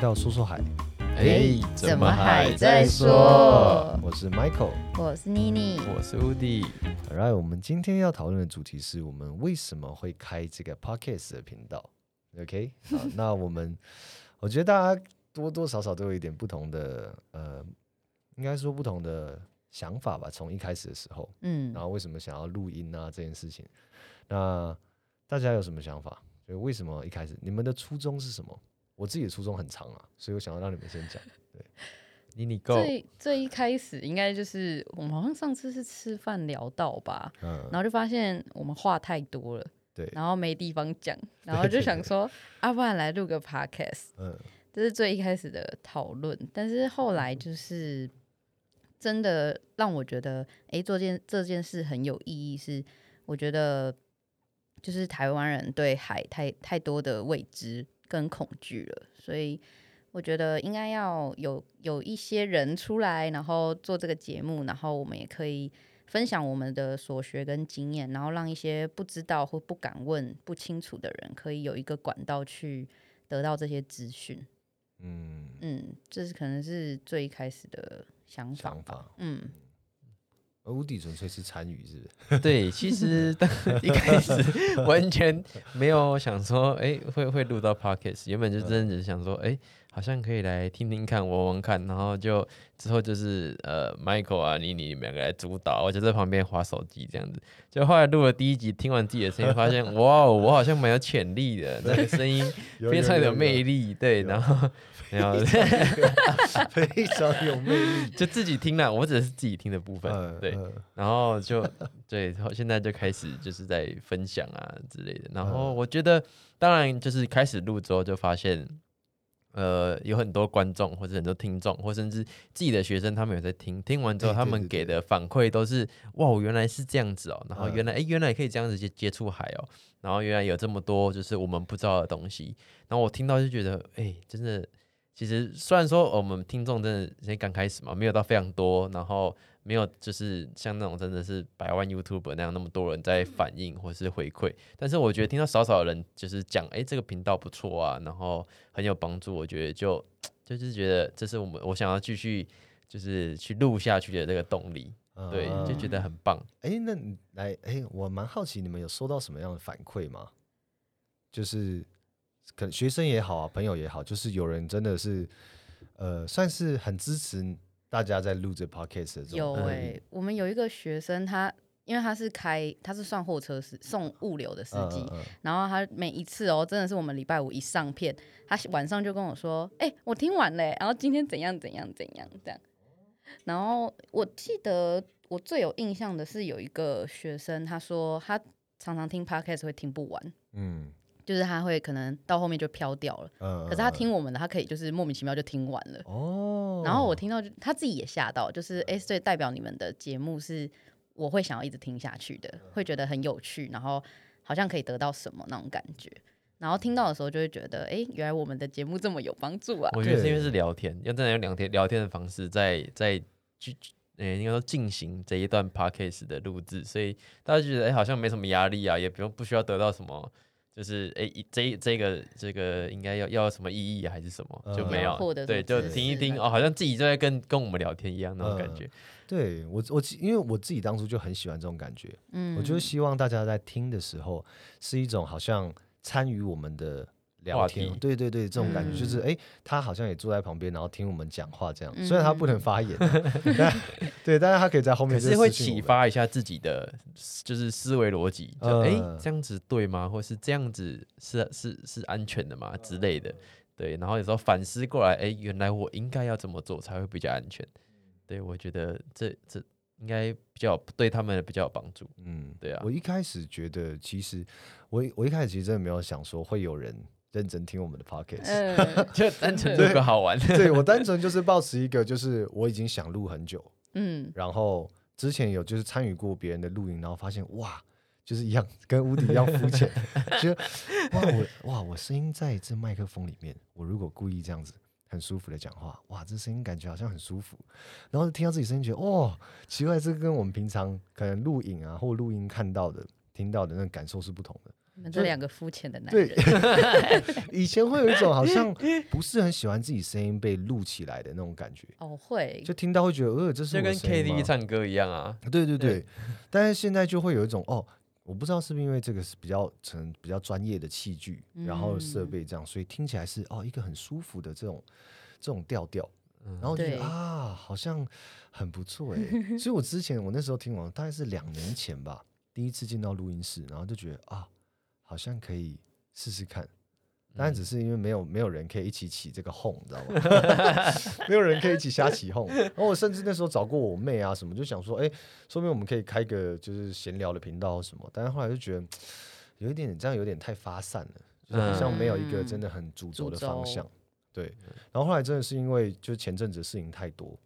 到说说海，哎，怎么还在说？我是 Michael。我是妮妮，我是 Woody， a l right，我们今天要讨论的主题是我们为什么会开这个 podcast 的频道。OK，好， 那我们我觉得大家多多少少都有一点不同的，呃，应该说不同的想法吧。从一开始的时候，嗯然，后为什么想要录音啊这件事情，那大家有什么想法？就为什么一开始你们的初衷是什么？我自己的初衷很长啊，所以我想要让你们先讲。妮妮 Go，最最一开始应该就是我们好像上次是吃饭聊到吧，然嗯，后就发现我们话太多了，对，然后没地方讲，然后就想说，啊，不然来录个 podcast，嗯这是最一开始的讨论。但是后来就是真的让我觉得，诶，做件这件事很有意义是，我觉得就是台湾人对海太太多的未知跟恐惧了，所以我觉得应该要有有一些人出来，然后做这个节目，然后我们也可以分享我们的所学跟经验，然后让一些不知道或不敢问、不清楚的人，可以有一个管道去得到这些资讯。嗯，嗯，这是可能是最一开始的想法想吧。法。嗯，而呃无底纯粹是参与，是不是？ 对，其实当一开始 完全没有想说，哎、会会录到 podcast，原本就真的只是想说，哎、好像可以来听听看，玩玩看，然后就之后就是呃，Michael 啊，妮妮你们两个来主导，我就在旁边划手机这样子。就后来录了第一集，听完自己的声音，发现哇，哦，我好像蛮有潜力的，那个声音非常有魅力，力，对，然后然后 非常有魅力。 就自己听了，我只是自己听的部分，对。嗯然后就对，然后现在就开始就是在分享啊之类的。然嗯后我觉得，当然就是开始录之后就发现，呃，有很多观众或者很多听众，或甚至自己的学生，他们有在听。听完之后，哎他对们对给对的反馈都是：哇，我原来是这样子哦，然后嗯原来哎、原来可以这样子接接触海哦，然后原来有这么多就是我们不知道的东西。然后我听到就觉得，哎、真的。其实虽然说我们听众真的现在刚开始嘛，没有到非常多，然后没有就是像那种真的是百万 YouTuber 那样那么多人在反应或是回馈，但是我觉得听到少少的人就是讲，哎、这个频道不错啊，然后很有帮助，我觉得就就是觉得这是我们我想要继续就是去录下去的这个动力，嗯对，嗯就觉得很棒。哎，那你来，哎，我蛮好奇你们有收到什么样的反馈吗？就是可能学生也好啊，朋友也好，就是有人真的是，呃，算是很支持大家在录这 podcast 的这种嗯有动诶、力我们有一个学生他。因为他是开，他是算货车司送物流的司嗯机，嗯嗯然后他每一次哦，真的是我们礼拜五一上片，他晚上就跟我说：“哎、我听完嘞，然后今天怎样怎样怎样这样。”然后我记得我最有印象的是有一个学生，他说他常常听 podcast 会听不完，嗯就是他会可能到后面就飘掉了。嗯，可是他嗯听我们的，他可以就是莫名其妙就听完了。哦，嗯然后我听到就他自己也吓到，就是哎，所以代表你们的节目是我会想要一直听下去的，嗯会觉得很有趣，然后好像可以得到什么那种感觉。然后听到的时候就会觉得，哎，原来我们的节目这么有帮助啊！我觉得是因为是聊天，要真的用聊天聊天的方式在在去，诶、应该说进行这一段 podcast 的录制，所以大家就觉得诶、哎好像没什么压力啊，也不用不需要得到什么，就是诶、一这一这个这个应该要要有什么意义、啊、还是什么，就嗯没有要获得什对，么就知识听一听的哦，好像自己就在跟跟我们聊天一样那种感嗯觉。对我我其因为我自己当初就很喜欢这种感觉，嗯，我就希望大家在听的时候是一种好像参与我们的聊话天，题对对对，这种感觉就是哎、诶他好像也坐在旁边，然后听我们讲话这样。虽然他不能发言啊、但对，但是他可以在后面可就是会私讯我启们，发一下自己的就是思维逻辑，就哎、嗯这样子对吗？或是这样子是是是安全的吗之类的？对，然后有时候反思过来，哎、原来我应该要怎么做才会比较安全？对，我觉得这这应该比较对他们比较有帮助。嗯，对啊我一开始觉得其实我我一开始其实真的没有想说会有人认真听我们的 podcast，、嗯 就单纯这个好玩，对我单纯就是抱持一个就是我已经想录很久，嗯，然后之前有就是参与过别人的露营，然后发现哇，就是一样跟屋顶一样肤浅， 就哇我哇我声音在这麦克风里面，我如果故意这样子很舒服的讲话，哇这声音感觉好像很舒服，然后听到自己声音觉得哦奇怪，这跟我们平常可能录影啊或录音看到的听到的那个感受是不同的，你们这两个肤浅的男对人，， 以前会有一种好像不是很喜欢自己声音被录起来的那种感觉， 哦，会就听到会觉得，呃，这是就我跟的声音 KTV 吗唱歌一样啊，对对对对，但是现在就会有一种哦，我不知道是不是因为这个是比较成比较专业的器具，然后设嗯备这样，所以听起来是哦一个很舒服的这种这种调调，然后就觉嗯对得啊好像很不错 哎，所以我之前我那时候听完大概是两年前吧，第一次进到录音室，然后就觉得啊好像可以试试看。当然只是因为没有没有人可以一起起这个哄，你知道吗？ 没有人可以一起瞎起哄。然后我甚至那时候找过我妹啊什么，就想说，哎、说明我们可以开个就是闲聊的频道或什么。但是后来就觉得有一点这样有点太发散了，就是好像没有一个真的很嗯主轴的嗯方向。对，然后后来真的是因为就是前阵子的事情太多，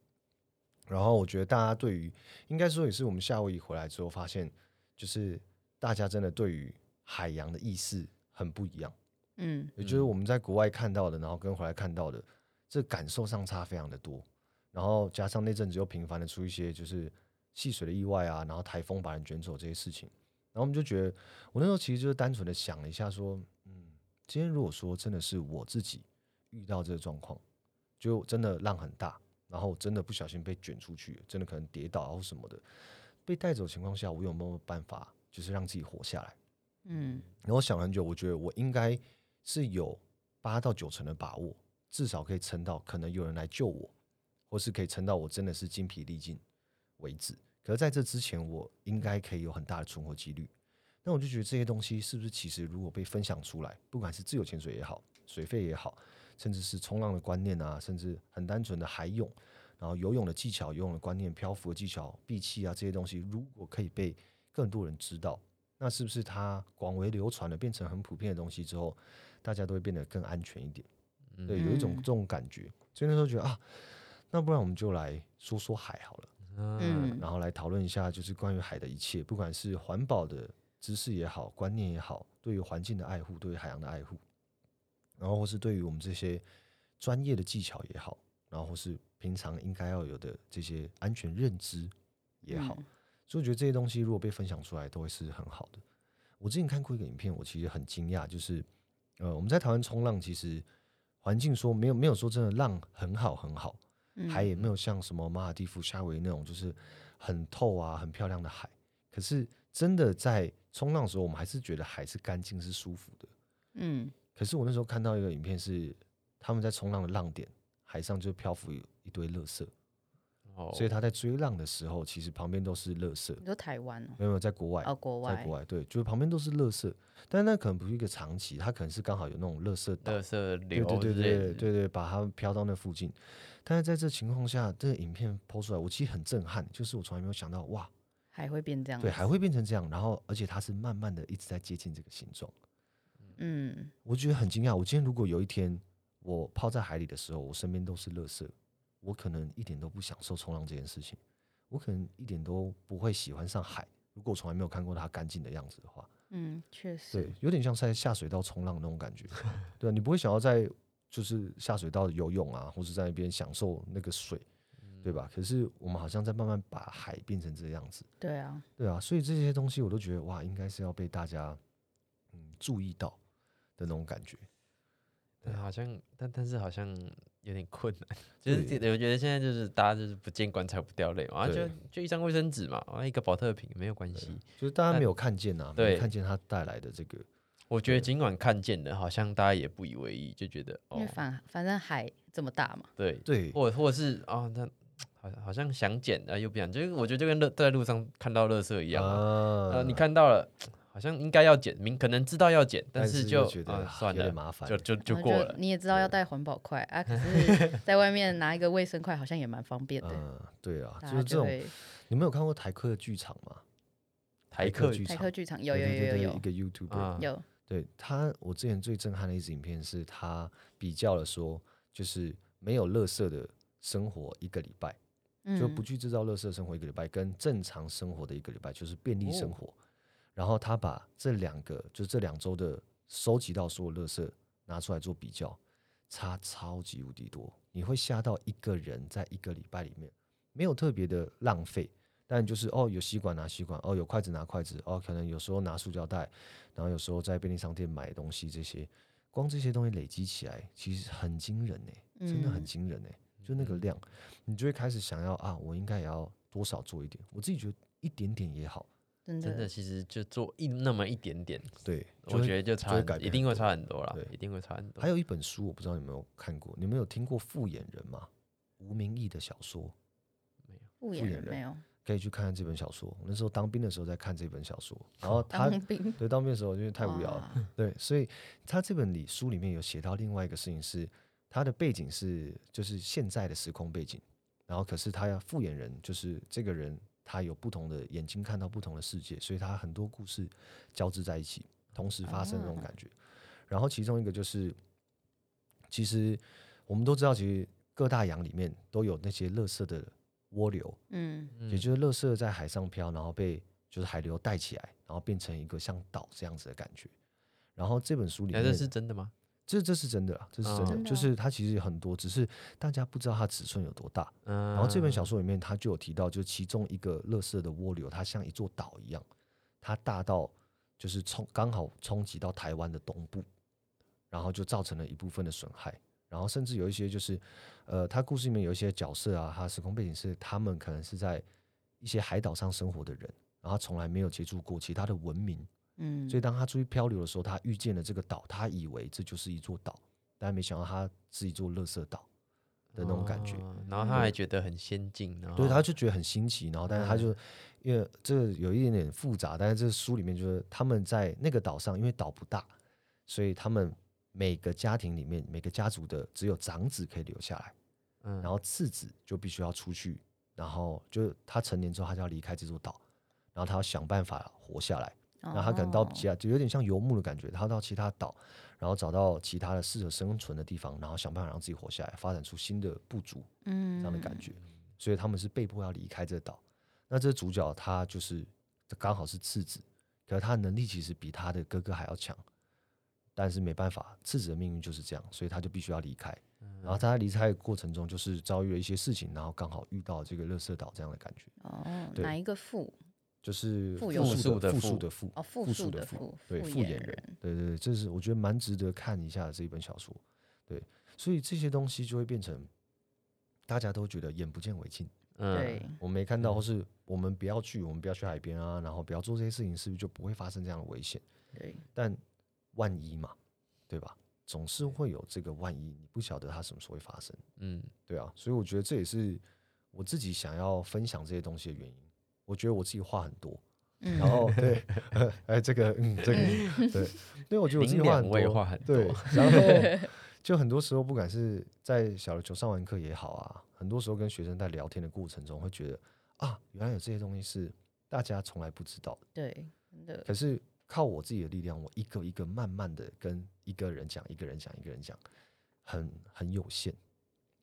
然后我觉得大家对于应该说也是我们夏威夷回来之后发现，就是大家真的对于海洋的意识很不一样。嗯，也就是我们在国外看到的，然后跟回来看到的，这感受上差非常的多。然后加上那阵子又频繁的出一些就是戏水的意外啊，然后台风把人卷走这些事情，然后我们就觉得，我那时候其实就是单纯的想了一下，说，嗯，今天如果说真的是我自己遇到这个状况，就真的浪很大，然后真的不小心被卷出去，真的可能跌倒啊或什么的，被带走的情况下，我有没有办法就是让自己活下来？嗯然后我想了很久，我觉得我应该是有八到九成的把握，至少可以撑到可能有人来救我，或是可以撑到我真的是精疲力尽为止。可是在这之前，我应该可以有很大的存活几率。那我就觉得这些东西是不是其实如果被分享出来，不管是自由潜水也好，水费也好，甚至是冲浪的观念啊，甚至很单纯的海泳，然后游泳的技巧、游泳的观念、漂浮的技巧、闭气啊这些东西，如果可以被更多人知道，那是不是它广为流传了，变成很普遍的东西之后，大家都会变得更安全一点？对，有一种嗯这种感觉。所以那时候觉得啊，那不然我们就来说说海好了，嗯然后来讨论一下就是关于海的一切，不管是环保的知识也好，观念也好，对于环境的爱护，对于海洋的爱护，然后或是对于我们这些专业的技巧也好，然后或是平常应该要有的这些安全认知也好，嗯所以我觉得这些东西如果被分享出来，都会是很好的。我之前看过一个影片，我其实很惊讶，就是呃，我们在台湾冲浪，其实环境说没有没有说真的浪很好很好，嗯海也没有像什么马尔蒂夫、夏威夷那种就是很透啊、很漂亮的海。可是真的在冲浪的时候，我们还是觉得海是干净、是舒服的。嗯可是我那时候看到一个影片是他们在冲浪的浪点，海上就漂浮有一堆垃圾，哦所以他在追浪的时候，其实旁边都是垃圾。你说台湾哦，没有没有，在国外哦，国在外国，外，对，就是旁边都是垃圾，但是那可能不是一个长期，它可能是刚好有那种垃圾岛垃，圾对流对对之类对的对对，把它飘到那附近。但是在这情况下，这个影片抛出来，我其实很震撼，就是我从来没有想到，哇，海会变这样，对，还，会变成这样，然后而且它是慢慢的一直在接近这个形状，嗯我觉得很惊讶。我今天如果有一天我泡在海里的时候，我身边都是垃圾，我可能一点都不享受冲浪这件事情，我可能一点都不会喜欢上海。如果我从来没有看过它干净的样子的话，嗯，确实对，，有点像在下水道冲浪那种感 觉。对啊，你不会想要在就是下水道游泳啊，或是在那边享受那个水，嗯对吧？可是我们好像在慢慢把海变成这样子，对啊，对啊，所以这些东西我都觉得哇，应该是要被大家嗯注意到的那种感觉。但好像，但但是好像有点困难， 就是对这我觉得现在就是大家就是不见棺材不掉泪嘛，啊就对就一张卫生纸嘛，啊一个保特瓶没有关系。就是大家但没有看见啊，没对有看见它带来的这个，我觉得尽管看见了，好像大家也不以为意，就觉得哦因为，反 反正海这么大嘛，对，对或或者是啊、那好像好像想捡啊又不想，就是我觉得就跟乐在路上看到垃圾一样啊，啊呃你，看到了，好像应该要捡，明可能知道要捡，但是就就觉得啊啊算有点了，麻烦就欸，就就然后过了。你也知道要带环保筷啊，可是在外面拿一个卫生筷好像也蛮方便的，嗯，对啊，大就家是这就种，会。你们有看过台客剧场吗？台客客剧台场科剧场有有对对有对嗯有一个 YouTuber，、啊，有对他，我之前最震撼的一支影片是他比较了说，就是没有垃圾的生活一个礼拜，有，就不去制造垃圾生活一个礼拜，跟正常生活的一个礼拜，就是便利生哦活。然后他把这两个，就这两周的收集到所有垃圾拿出来做比较，差超级无敌多，你会吓到一个人在一个礼拜里面没有特别的浪费，但就是哦，有吸管拿吸管，哦，有筷子拿筷子，哦，可能有时候拿塑胶袋，然后有时候在便利商店买东西这些，光这些东西累积起来，其实很惊人呢、真的很嗯惊人呢、就那个量，你就会开始想要啊，我应该也要多少做一点，我自己觉得一点点也好，真真的的，其实就做一那么一点点，对，我就觉得就会差很改变一定很会差很多啦对，一定会差很多。还有一本书，我不知道你有没有看过，你们有听过《复眼人》吗？吴明义的小说，不不演演人人没有可以去看看这本小说。我那时候当兵的时候在看这本小说，然后他当兵哦对当兵的时候因为 太无聊了，了，对，所以他这本里书里面有写到另外一个事情是，他的背景是就是现在的时空背景，然后可是他要复眼人，就是这个人他有不同的眼睛看到不同的世界，所以他很多故事交织在一起，同时发生那种哦感觉。然后其中一个就是，其实我们都知道，其实各大洋里面都有那些垃圾的涡流， 嗯也就是垃圾在海上漂，然后被就是海流带起来，然后变成一个像岛这样子的感觉。然后这本书里哎，面，这是真的吗？这这是真的啦，这是真的，哦真的就哦是它其实很多，只是大家不知道它尺寸有多大。嗯，然后这本小说里面，它就有提到，就是其中一个垃圾的涡流，它像一座岛一样，它大到就是冲刚好冲击到台湾的东部，然后就造成了一部分的损害。然后甚至有一些就是，呃，它故事里面有一些角色啊，它时空背景是他们可能是在一些海岛上生活的人，然后从来没有接触过其他的文明，嗯，所以当他出去漂流的时候，他遇见了这个岛，他以为这就是一座岛，但没想到它是一座垃圾岛的那种感觉。嗯哦然后他还觉得很先进，然后对，他就觉得很新奇，然后但是他嗯就、因为这个有一点点复杂，但是这书里面就是他们在那个岛上，因为岛不大，所以他们每个家庭里面每个家族的只有长子可以留下来，嗯然后次子就必须要出去，然后就是他成年之后他就要离开这座岛，然后他要想办法活下来。然那他可能哦到其他就有点像游牧的感觉，他到其他岛，然后找到其他的适合生存的地方，然后想办法让自己活下来，发展出新的部族嗯这样的感觉，所以他们是被迫要离开这岛。那这主角他就是这刚好是次子，可是他的能力其实比他的哥哥还要强，但是没办法，次子的命运就是这样，所以他就必须要离开。嗯然后他在离开的过程中，就是遭遇了一些事情，然后刚好遇到这个热色岛这样的感觉，哦，对哪一个复就是富复有的数的复富数的富哦复复数数的的复复，对复复眼眼人人，对对对，这是我觉得蛮值得看一下的这一本小说。对，所以这些东西就会变成大家都觉得眼不见为净，嗯对，我没看到，或是我们不要去，我们不要去海边啊，然后不要做这些事情，是不是就不会发生这样的危险？对，但万一嘛，对吧？总是会有这个万一，你不晓得它什么时候会发生，嗯对啊。所以我觉得这也是我自己想要分享这些东西的原因。我觉得我自己话很多，嗯然后对，呃哎，这个，嗯，这个，对，因为我觉得我自己您话两很位多，话很 对多，然后就很多时候，不管是在小琉球上完课也好啊，很多时候跟学生在聊天的过程中，会觉得啊，原来有这些东西是大家从来不知道的。 对，真的可是靠我自己的力量，我一个一个慢慢的跟一个人讲，一个人讲，一个人讲，很很有限。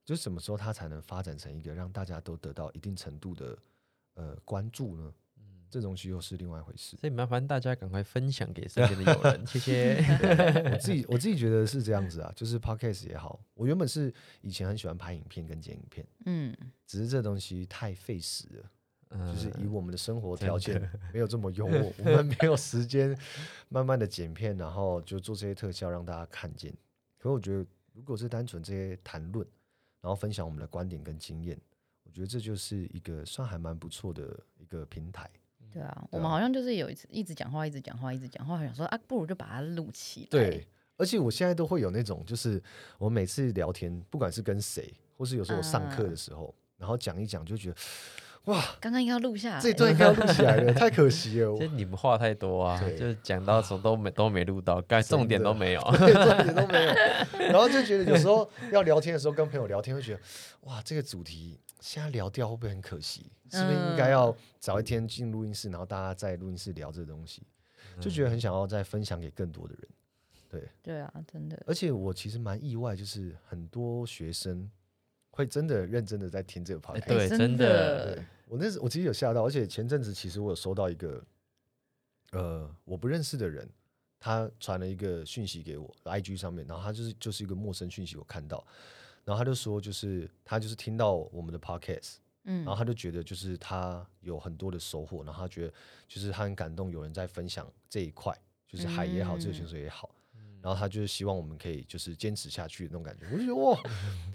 就什么时候它才能发展成一个让大家都得到一定程度的呃关注呢？这东西又是另外一回 事。所以麻烦大家赶快分享给身边的友人，谢 谢。 我自己我自己觉得是这样子啊，就是 podcast 也好，我原本是以前很喜欢拍影片跟剪影片，嗯只是这东西太费时了，嗯就是以我们的生活条件 没有这么优渥，我们没有时间慢慢的剪片，然后就做这些特效让大家看见。可我觉得，如果是单纯这些谈论，然后分享我们的观点跟经验，我觉得这就是一个算还蛮不错的一个平台。对啊，我对们啊好像就是有一次一直讲话，一直讲话，一直讲话，想说啊，不如就把它录起来，对，，而且我现在都会有那种，就是我每次聊天，不管是跟谁，或是有时候我上课的时候，然后讲一讲，就觉得哇，刚刚应该要录下来，这一段应该要录起来 了，太可惜了，我就你们话太多啊，对就讲到什么都没都没录到，该重点都 没有。对重点都没有。然后就觉得有时候要聊天的时候，跟朋友聊天会觉得，哇，这个主题现在聊掉会不会很可惜？是不是应该要早一天进录音室，然后大家在录音室聊这东西？嗯就觉得很想要再分享给更多的人。对啊，真的，而且我其实蛮意外，就是很多学生会真的认真的在听这个 podcast、哎对，真真的的，对呃我那时我其实有吓到，而且前阵子其实我有收到一个，呃，我不认识的人，他传了一个讯息给我，IG 上面，然后他就是就是一个陌生讯息，我看到，然后他就说就是他就是听到我们的 podcast，嗯然后他就觉得就是他有很多的收获，然后他觉得就是他很感动，有人在分享这一块，就是海也好，自由潜水也好。然后他就是希望我们可以就是坚持下去的那种感觉，我就觉得哇，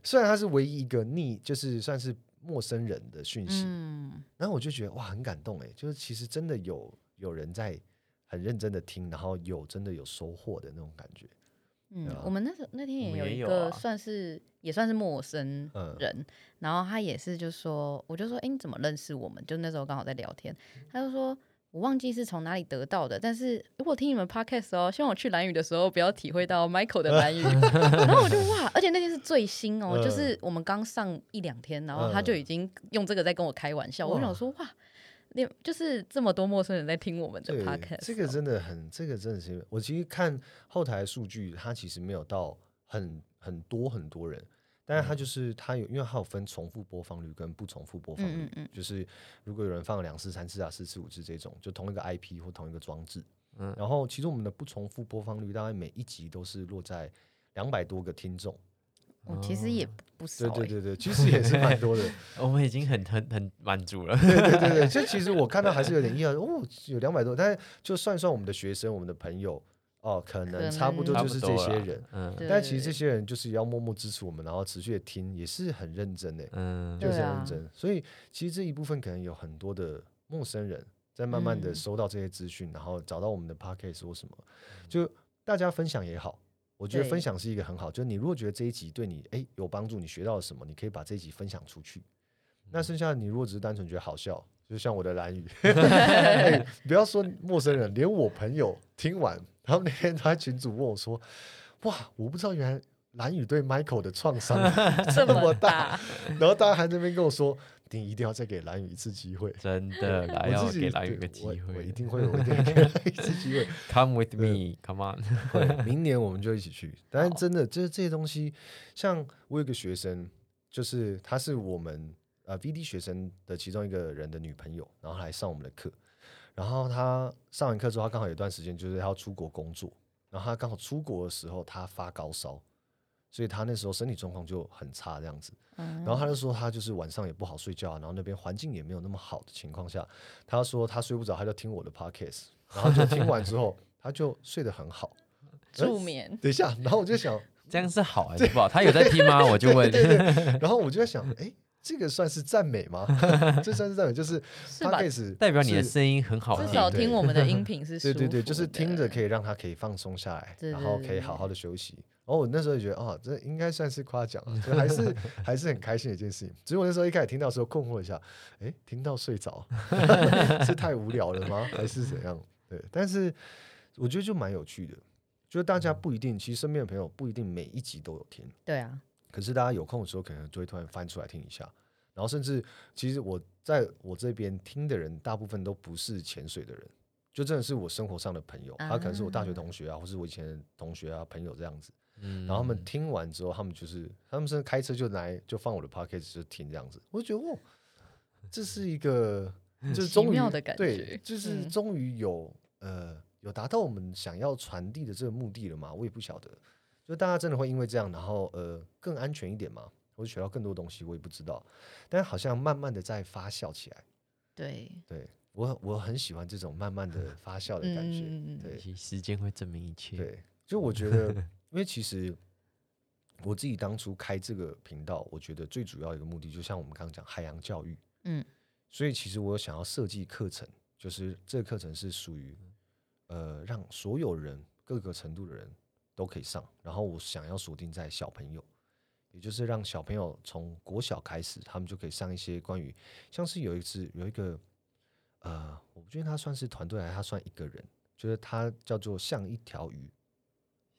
虽然他是唯一一个逆，就是算是陌生人的讯息，嗯然后我就觉得哇，很感动哎，就是其实真的有有人在很认真的听，然后有真的有收获的那种感觉，嗯对啊，我们那时候那天我们也有也一有个啊算是也算是陌生嗯人，然后他也是就说，我就说，哎、你怎么认识我们？就那时候刚好在聊天，他就说。我忘记是从哪里得到的，但是如果听你们 podcast 哦，希望我去蓝雨的时候不要体会到 Michael 的蓝雨。 然后我就哇，而且那天是最新哦，嗯就是我们刚上一两天，然后他就已经用这个在跟我开玩笑。我哇想说哇，你就是这么多陌生人在听我们的对 podcast，这个哦真的很，这个真的是我其实看后台的数据，它其实没有到很很多很多人，但嗯是它就是它有，因为它有分重复播放率跟不重复播放率，嗯嗯嗯就是如果有人放了两次、三次啊、四次、五次这种，就同一个 IP 或同一个装置，嗯然后其实我们的不重复播放率大概每一集都是落在两百多个听众，我哦其实也不不少、哦对欸，对对对，其实也是蛮多的，我们已经很很很满足 了。对对对对，就其实我看到还是有点意外，哦，有两百多，但是就算算我们的学生、我们的朋友，哦，可可能能差不多 差就不是多这些了人。嗯对但其实 这些人就是要默默支持我们，然后持续的听，也是很认真的，嗯，就是对很啊认真。所以其实这一部分可能有很多的陌生人在慢慢的嗯收到这些资讯，然后找到我们的 podcast 或什么，就大家分享也好。我觉得对分享是一个很好，就是你如果觉得这一集对你诶有帮助，你学到了什么，你可以把这一集分享出去。那剩下的你如果只是单纯觉得好笑，就像我的 蓝语，哎不要说陌生人，连我朋友听完，他们那天他在群主问我说：“哇，我不知道原来蓝宇对 Michael 的创伤这么么大。”然后大家还在那边跟我说：“你一定要再给蓝宇一次机会。”真的来我要自己给蓝对宇个机我我一会定会，我一定会给蓝宇一次机会。 ，Come with me，Come on， 会，明年我们就一起去。但是真的，就是这些东西，像我有一个学生，就是她是我们呃 VD 学生的其中一个人的女朋友，然后来上我们的课。然后她上完课之后，她刚好有一段时间就是她要出国工作，然后她刚好出国的时候，她发高烧，所以她那时候身体状况就很差这样子。然后他就说他就是晚上也不好睡觉啊、然后那边环境也没有那么好的情况下，他说他睡不着，他就听我的 podcast，然后就听完之后他就睡得很好。助眠，等一下，然后我就想，这样是好哎还是不好？他有在听吗？ 我就问，然后我就在想，哎，这个算是赞美吗？ 这算是赞美，就是是他吧开？始 代表你的是声音很好至听，少对听我们的 音频是舒对服对对，就是听着可以。以让他可以放松下来，对然对后对可以好好的休息。然后我那时候也觉得，哦，这应该算是夸奖啊，就还是还是很开心的一件事情。只是我那时候一开始听到的时候困惑一下，诶，听到睡 着是太无聊了吗？还是怎样？对，但是我觉得就蛮有趣的，就是大嗯家不一定，其实身边的朋友不一定每一集都有听，对啊，可是大家有空的时候可能就会突然翻出来听一下。然后甚至其实我在我这边听的人，大部分都不是潜水的人，就真的是我生活上的朋友，他可能是我大学同学啊，或是我以前的同学啊、朋友这样子。嗯然后他们听完之后，他们就是他们甚至开车就来就放我的 p o c k e t 就听这样子，我就觉得哇，这是一个就是奇终于妙的感对觉，就是嗯终于有、呃有达到我们想要传递的这个目的了嘛？我也不晓得，就大家真的会因为这样，然后呃更安全一点嘛，或者学到更多东西，我也不知道，但好像慢慢的在发酵起来，对，对我我很喜欢这种慢慢的发酵的感觉，嗯，对。其实时间会证明一切。对，就我觉得，因为其实我自己当初开这个频道，我觉得最主要一个目的，就像我们刚刚讲海洋教育，嗯，所以其实我有想要设计课程，就是这个课程是属于呃让所有人各个程度的人都可以上，然后我想要锁定在小朋友。也就是让小朋友从国小开始，他们就可以上一些关于，像是有一次有一个，呃，我不确定他算是团队还是他算一个人，就是他叫做像一条鱼，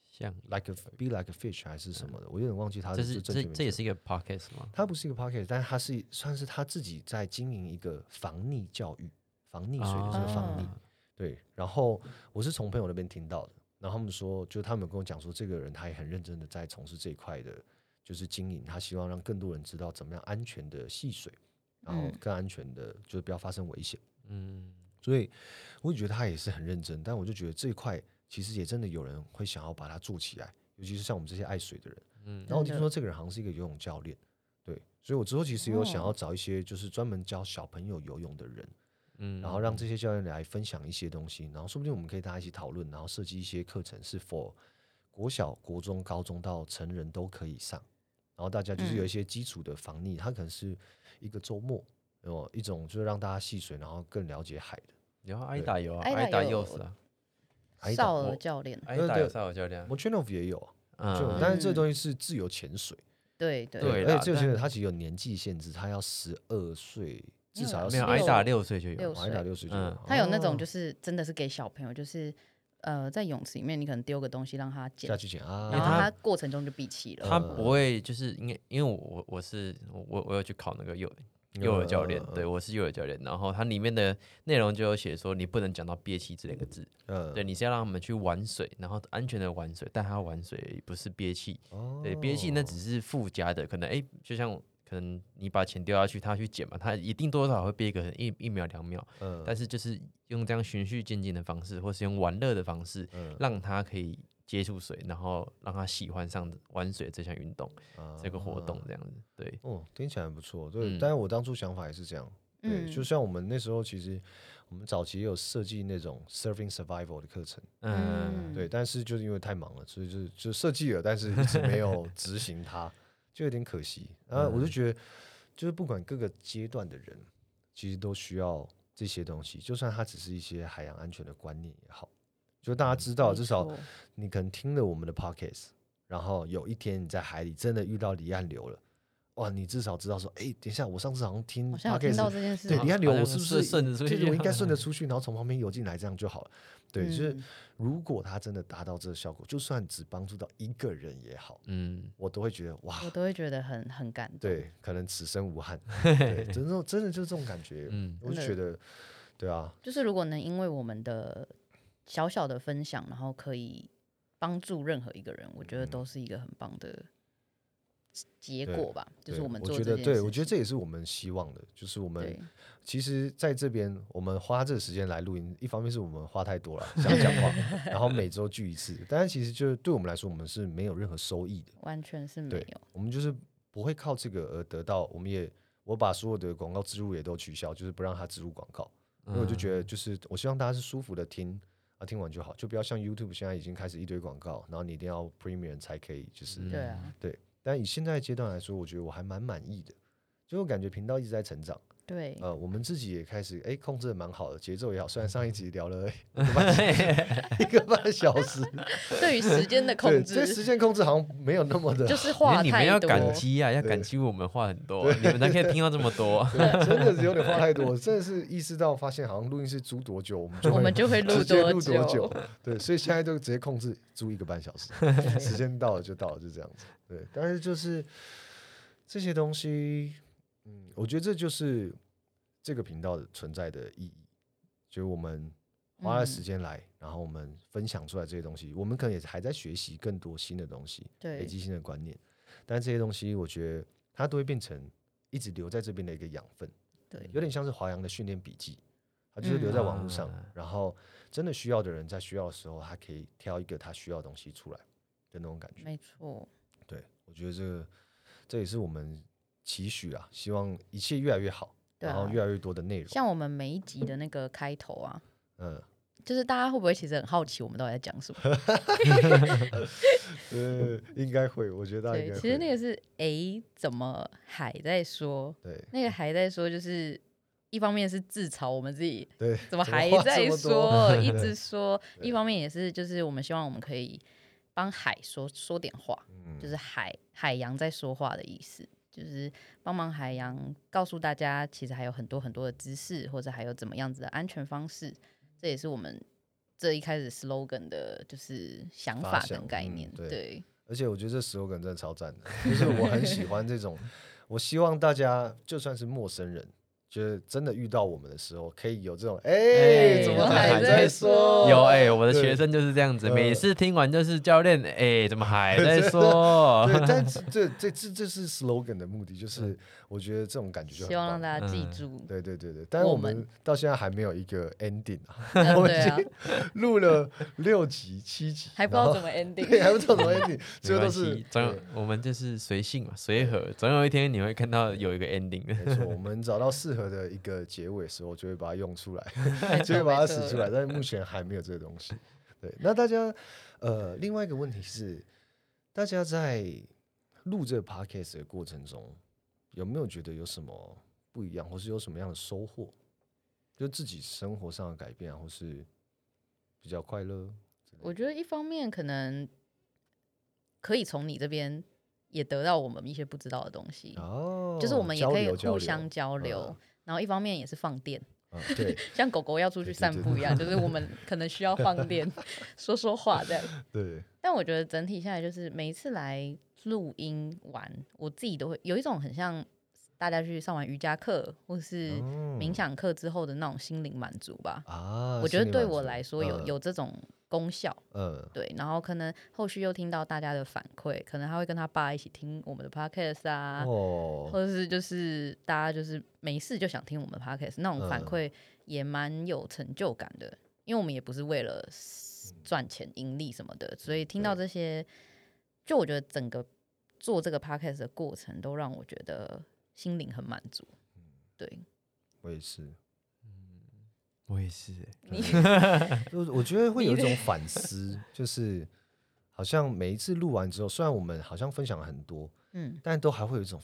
像 like a be like a fish 还是什么的，我有点忘记它嗯这的是正这确名这也称是一个 podcast 吗？它不是一个 pocket，但它是算是他自己在经营一个防溺教育、防溺水的这个防溺。啊对，然后我是从朋友那边听到的，然后他们说，就他们有跟我讲说，这个人他也很认真的在从事这一块的，就是经营，他希望让更多人知道怎么样安全的戏水，然后嗯更安全的，就是不要发生危险。嗯，所以我也觉得他也是很认真，但我就觉得这一块其实也真的有人会想要把它做起来，尤其是像我们这些爱水的人。嗯然后我真听的说这个人好像是一个游泳教练，对，所以我之后其实有想哦要找一些就是专门教小朋友游泳的人，嗯，然后让这些教练来分享一些东西，然后说不定我们可以大家一起讨论，然后设计一些课程是 for 国小、国中、高中到成人都可以上，然后大家就是有嗯一些基础的防溺，它可能是一个周末，哦，一种就是让大家戏水，然后更了解海的。然后挨打有啊，艾达挨打有又是啊，挨打少我儿教练，挨对打对有赛有教练啊， m o c h i n o v 也有啊，就嗯，但是这嗯东西是自由潜水，对对对啦而且自由潜但水它其实有年纪限制，它要十二岁，至少要没有12挨岁打六岁就有六了，挨打六岁就嗯他有那哦种就是真的是给小朋友，就是呃，在泳池里面，你可能丢个东西让他捡下，去捡啊，因然为后他他过程中就闭气呃了。他不会就是应该，因为我我我是我我我有去考那个幼幼儿教练嗯嗯，嗯对我是幼儿教练，然后它里面的内容就有写说你不能讲到憋气这两个字，嗯对，你是要让他们去玩水，然后安全的玩水，但他要玩水不是憋气，哦对，憋气那只是附加的，可能诶，就像可能你把钱丢下去，他去捡嘛，他一定多少会憋个一一秒两秒，嗯但是就是用这样循序渐进的方式，或是用玩乐的方式，嗯让他可以接触水，然后让他喜欢上玩水这项运动。这个活动啊这样子。对，哦，听起来很不错。对，嗯但是我当初想法也是这样。对，嗯，就像我们那时候，其实我们早期也有设计那种 surfing survival 的课程，嗯，对，但是就是因为太忙了，所以就是就设计了，但是一直没 有执行它，就有点可惜。啊，我就觉得，就是不管各个阶段的人，其实都需要这些东西，就算它只是一些海洋安全的观念也好，就大家知道，没至少错你可能听了我们的 podcast，然后有一天你在海里真的遇到离岸流了，哇，你至少知道说，哎、等一下，我上次好像听好像有听到 podcast，这件事对情，离岸流，好像我是不是顺着出去对，我应该啊顺着出去，然后从旁边游进来，这样就好了。对，就是嗯如果他真的达到这个效果，就算只帮助到一个人也好，嗯，我都会觉得哇我，都会觉得很很感动。对，可能此生无 憾。对，真的真的就是这种感觉，嗯我就觉真得，对啊，就是如果能因为我们的小小的分享，然后可以帮助任何一个人，我觉得都是一个很棒的结嗯对果吧。就是对们我做觉这得，件对事我觉得这情也是我们希望的，就是我们对其实在这边，我们花这个时间来录音，一方面是我们话太多了，想讲 话，然后每周聚一次，但是其实就是对我们来说，我们是没有任何收益的，完全是没对有。我们就是不会靠这个而得到，我们也我把所有的广告植入也都取消，就是不让他植入广告，因为我就嗯觉得就是我希望大家是舒服的听。啊，听完就好，就不要像 YouTube 现在已经开始一堆广告，然后你一定要 Premium 才可以，就是、嗯对啊，但以现在阶段来说，我觉得我还蛮满意的，就我感觉频道一直在成长。对，呃，我们自己也开始哎、控制的蛮好的，节奏也好。虽然上一集聊 了一个半 小时，对于时 间的控对，这时制，间控制好像没有那么的就好，是因话为你们太要多。感激啊，要感激我们话很多，啊你们才可以听到这么 多。对真的是有点话太多。真的是意识到发现，好像录音室租多久，我们就我们会就会录直接录久？久。对，所以现在就直接控制租一个半小时，时间到了就到了，就这样子。对，但是就是这些东西，嗯，我觉得这就是这个频道存在的意义，就是我们花了时嗯间来，然后我们分享出来这些东西，我们可能也还在学习更多新的东西，累对，积新的观念，但这些东西我觉得它都会变成一直留在这边的一个养分，对有点像是华阳的训练笔记，它就是留在网络上，嗯啊然后真的需要的人在需要的时候，他可以挑一个他需要的东西出来的那种感觉。没错，对，我觉得这个这也是我们期许啊，希望一切越来越好，对然后啊。越来越多的内容。像我们每一集的那个开头啊，嗯，就是大家会不会其实很好奇我们到底在讲什么？呃，应该会，我 觉得大家应对，该其实会那个是诶，怎么还在说？对那个还在说，就是一方面是自嘲我们自己对，怎么还话在这么多 说，一对直说；一方面也是就是我们希望我们可以帮海说说点话，嗯就是海海洋在说话的意思，就是帮忙海洋告诉大家，其实还有很多很多的知识，或者还有怎么样子的安全方式，这也是我们这一开始 slogan 的就是想发法想跟概嗯念，对对而且我觉得这 slogan 真的超赞的，就是我很喜欢这种。我希望大家就算是陌生人，就是真的遇到我们的时候，可以有这种哎、哎怎么我还还在在说？有哎、我的哦对学生就是这样子，呃每次听完就是教练哎、怎 么还在说？对， 但是这这这这是 slogan 的目的，就是我觉得这种感觉就很希望棒让大家记嗯住。 对对对对，但是我我们们到现在还没有一个 ending 啊，嗯我们对已啊，经录了六集、七集， 还不知然道后怎么对，还 ending。不知道怎么 ending，没最后关都是系，总有我们就是随性嘛，随和，总有一天你会看到有一个 ending 的。没错，我们找到适合的一个结尾的时候，就会把它用出来， 没就会错把它没使错出来。但是目前还没有这个东西。对，那大家呃，另外一个问题是，大家在录这个 podcast 的过程中，有没有觉得有什么不一样，或是有什么样的收获？就自己生活上的改变啊，或是比较快乐。我觉得一方面可能可以从你这边也得到我们一些不知道的东西，哦，嗯就是我们也交可以流交互流相交流。嗯然后一方面也是放电，嗯对像狗狗要出对去对散对步一样， 就是我们可能需要放电， 说说话这样。对，但我觉得整体下来，就是每一次来录音玩，我自己都会有一种很像大家去上完瑜伽课或是冥嗯想课之后的那种心灵满足吧。啊，我觉心得理对满我足来说有、有这种功效，嗯嗯对。然后可能后续又听到大家的反馈，可能他会跟他爸一起听我们的 podcast 啊，哦，或者是就是大家就是没事就想听我们 podcast 那种反嗯馈也蛮有成就感的，因为我们也不是为了 s- 赚钱盈利什么的，所以听到嗯对这些，就我觉得整个做这个 podcast 的过程都让我觉得心灵很满足。嗯对，我也是。我也是、欸，你就是我觉得会有一种反思，就是好像每一次录完之后，虽然我们好像分享了很多，嗯，但都还会有一种，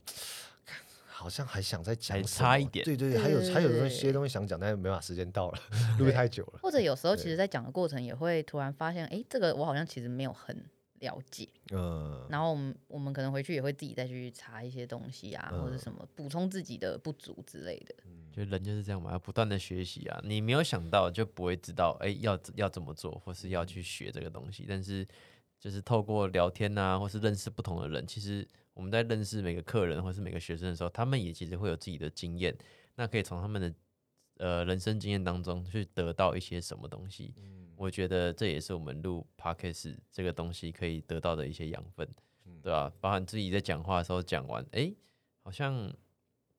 看好像还想再讲还什差么一点对对对，还有还有一些对东西想讲，但是没办法，时间到 了，录太久了。或者有时候其对实在讲的过程也会突然发现，诶，这个我好像其实没有很了解，嗯，然后我们我们可能回去也会自己再去查一些东西啊，或者嗯什么补充自己的不足之类的。就人就是这样嘛，要不断的学习啊。你没有想到就不会知道，哎、要要怎么做，或是要去学这个东西。但是就是透过聊天啊，或是认识不同的人，其实我们在认识每个客人或是每个学生的时候，他们也其实会有自己的经验，那可以从他们的呃人生经验当中去得到一些什么东西。我觉得这也是我们录 podcast 这个东西可以得到的一些养分，对吧、包含自己在讲话的时候讲完，哎、好像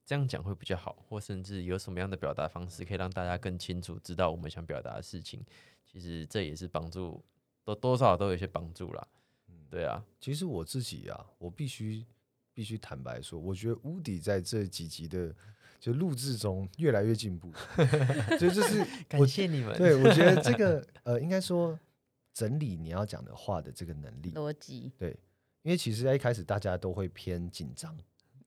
这样讲会比较好，或甚至有什么样的表达方式可以让大家更清楚知道我们想表达的事情。其实这也是帮助，多多少少都有一些帮助啦。嗯对啊，其实我自己啊，我必须必须坦白说，我觉得乌迪在这几集的就录制中越来越进步， 所以这是感谢你 们。对我觉 得这个呃，应该说整理你要讲的话的这个能力，逻辑因为其实在一开始大家都会偏紧张，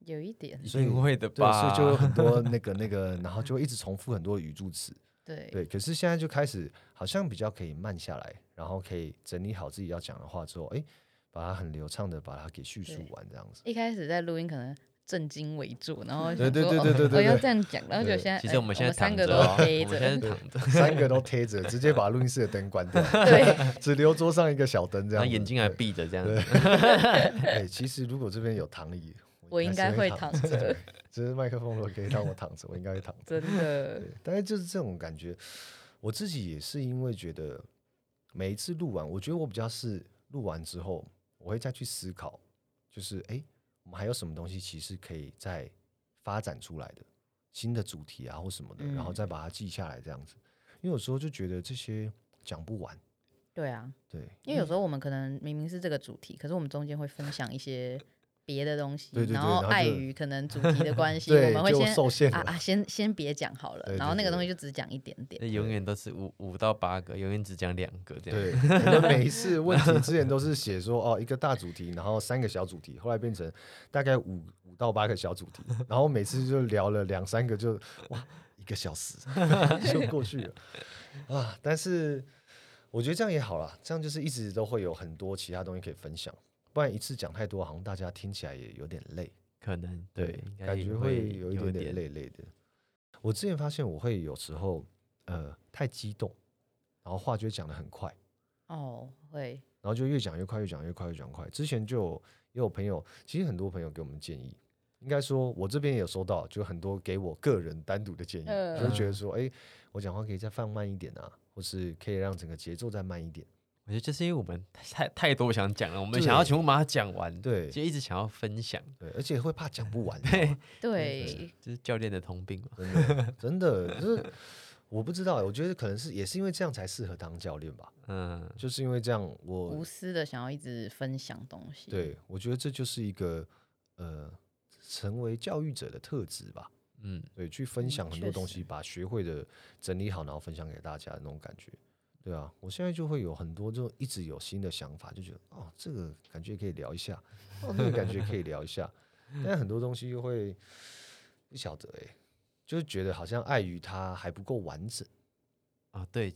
有一点，一所以定会的对，所吧？以就有很多那个那个，然后就会一直重复很多语助词，对，对。可是现在就开始好像比较可以慢下来，然后可以整理好自己要讲的话之后，哎，把它很流畅的把它给叙述对完这样子。一开始在录音可能震惊为主，然后对想对说对哦对对对我要对这样讲，然后就对现在其哎实我们现在三躺个着、都哦，我黑们现在 着，躺着，三个都贴着，直接把录音室的灯关掉，对，只留桌上一个小灯这然样后子。眼睛还闭着，这样对子。哎，其实如果这边有躺椅，我应该是会躺躺着， 只是麦克风如果可以让我躺着，我应该会躺着。 真的对，但是就是这种感觉，我自己也是因为觉得每一次录完，我觉得我比较是录完之后，我会再去思考，就是哎、诶我们还有什么东西其实可以再发展出来的新的主题啊或什么的，然后嗯再把它记下来这样子。因为有时候就觉得这些讲不完，对啊，对，因为有时候我们可能明明是这个主题，可是我们中间会分享一些别的东西，对对对然然后后碍就于可能主题的关系， 我对们会就先受限啊了。啊，先先别讲好了对，对然后那个对东西就只讲一点点那，永远都是五五到八个，永远只讲两个这样。对，我们每一 次问题之前都是写说哦，一个大主题，然后三个小主题，后来变成大概五五到八个小主题，然后每次就聊了两三个就，哇一个小时 就过去了啊！但是我觉得这样也好啦，这样就是一直都会有很多其他东西可以分享，不然一次讲太多，好像大家听起来也有点累。可能对，应该感觉会会有一点点。累累的。我之前发现我会有时候呃太激动，然后话就会讲的很快。哦，会，然后就越讲越快，越讲越快，越讲越快。之前就有也有朋友，其实很多朋友给我们建议，应应该说，我这边也有收到，就很多给我个人单独的建议，嗯就会觉得说，哎、我讲话可以再放慢一点啊，或是可以让整个节奏再慢一点。我觉得这是因为我们太太多想讲了，我们对想要全部把它讲完，对就一直想要分享，对，而且会怕讲不完，你知道吗 对，这是教练的通病嘛。真的真的就是我不知道欸，我觉得可能是也是因为这样才适合当教练吧，嗯，就是因为这样我无私的想要一直分享东西。对，我觉得这就是一个呃，成为教育者的特质吧。嗯，对，去分嗯享很确多东实西，把学会的整理好，然后分享给大家的那种感觉。对啊，我现在就会有很多，就一直有新的想法，就觉得哦，这个感觉可以聊一下，哦，那个感觉可以聊一下，但很多东西又会不晓得哎、就是觉得好像碍于它还不够完整，啊，对，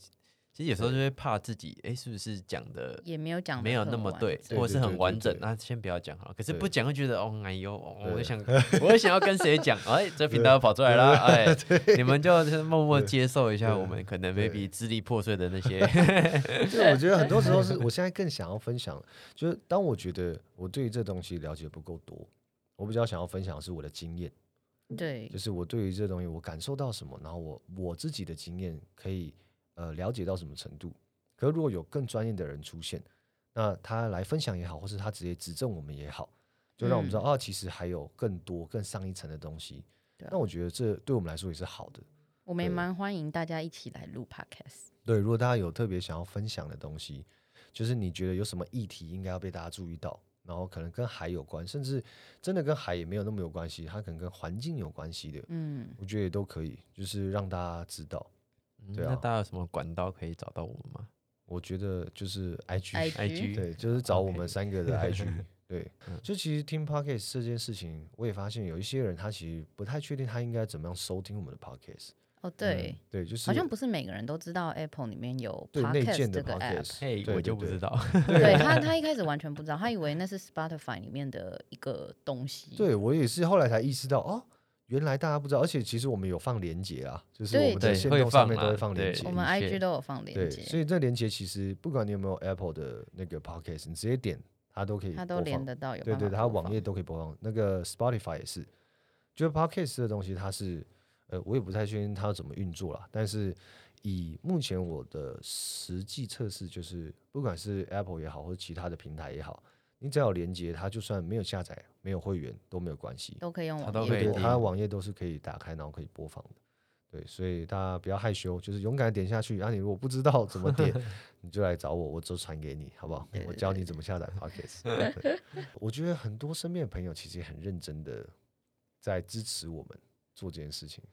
其实有时候就会怕自己，哎，是不是讲的也没有讲得没有很那么完对，整对或者是对很对完对整？对那先不要讲好了。可是不对讲会觉得，哦，哎呦，哦我对 想，我想要跟谁讲？哎，这频道跑出来了，哎，你 们就是默默接受一下我们可能对 maybe 支离破碎的 那些对，我觉得很多时候是我现在更想要分享，就是当我觉得我对于这东西了解不够多，我比较想要分享的是我的经验，对就，是我对于这东西我感受到什么，然后我我自己的经验可以呃了解到什么程度。可是如果有更专业的人出现，那他来分享也好，或是他直接指正我们也好，就让我们嗯知道、啊，其实还有更多更上一层的东西。对啊那我觉得这对我们来说也是好的。我们也对蛮欢迎大家一起来录 podcast。对，如果大家有特别想要分享的东西，就是你觉得有什么议题应该要被大家注意到，然后可能跟海有关，甚至真的跟海也没有那么有关系，它可能跟环境有关系的，嗯，我觉得也都可以，就是让大家知道。嗯对那啊大家有什么管道可以找到我们吗我觉得就是 IG，, IG ？IG 对，就是找我 OK 们三个 的 IG，对，嗯 就其实听 podcast 这件事情，我也发现有一些人他其实不太确定他应该怎么样收听我们的 podcast，哦对，对，嗯就是好像不是每个人都知道 Apple 里面有对内建 podcast 的这个 app。 podcast，嘿，对我就不知。道。 对对他，他一开始完全不知道，他以为那是 Spotify 里面的一个东西。对嗯对对我也是后来才意识到哦。原来大家不知道，而且其实我们有放连接啊，就是我对们在对线会动上放面都啦会放连对接我，们一切 IG 都有放链对，所接，以这连接其实不管你有没有 Apple 的那个 podcast，你直接点它都可以播它放，都连得到，有对办法对，它播网放页都可以播放。那个 Spotify 也是，就是 Podcast 这东西，它是呃，我也不太确定它怎么运作啦。但是以目前我的实际测试，就是不管是 Apple 也好，或者其他的平台也好，你只要有连接，它就算没有下载、没有会员都没有关系。都可以用它网都页可以对，播听它网页都是可以打开，然后可以播放的。对，所以大家不要害羞，就是勇敢地点下去。啊，你如果不知道怎么 点，你就来找我，我就传给你，好不好？我教你怎么下 载 Podcast 对。我觉得很多身边的朋友其实也很认真的在支持我们做这件事情。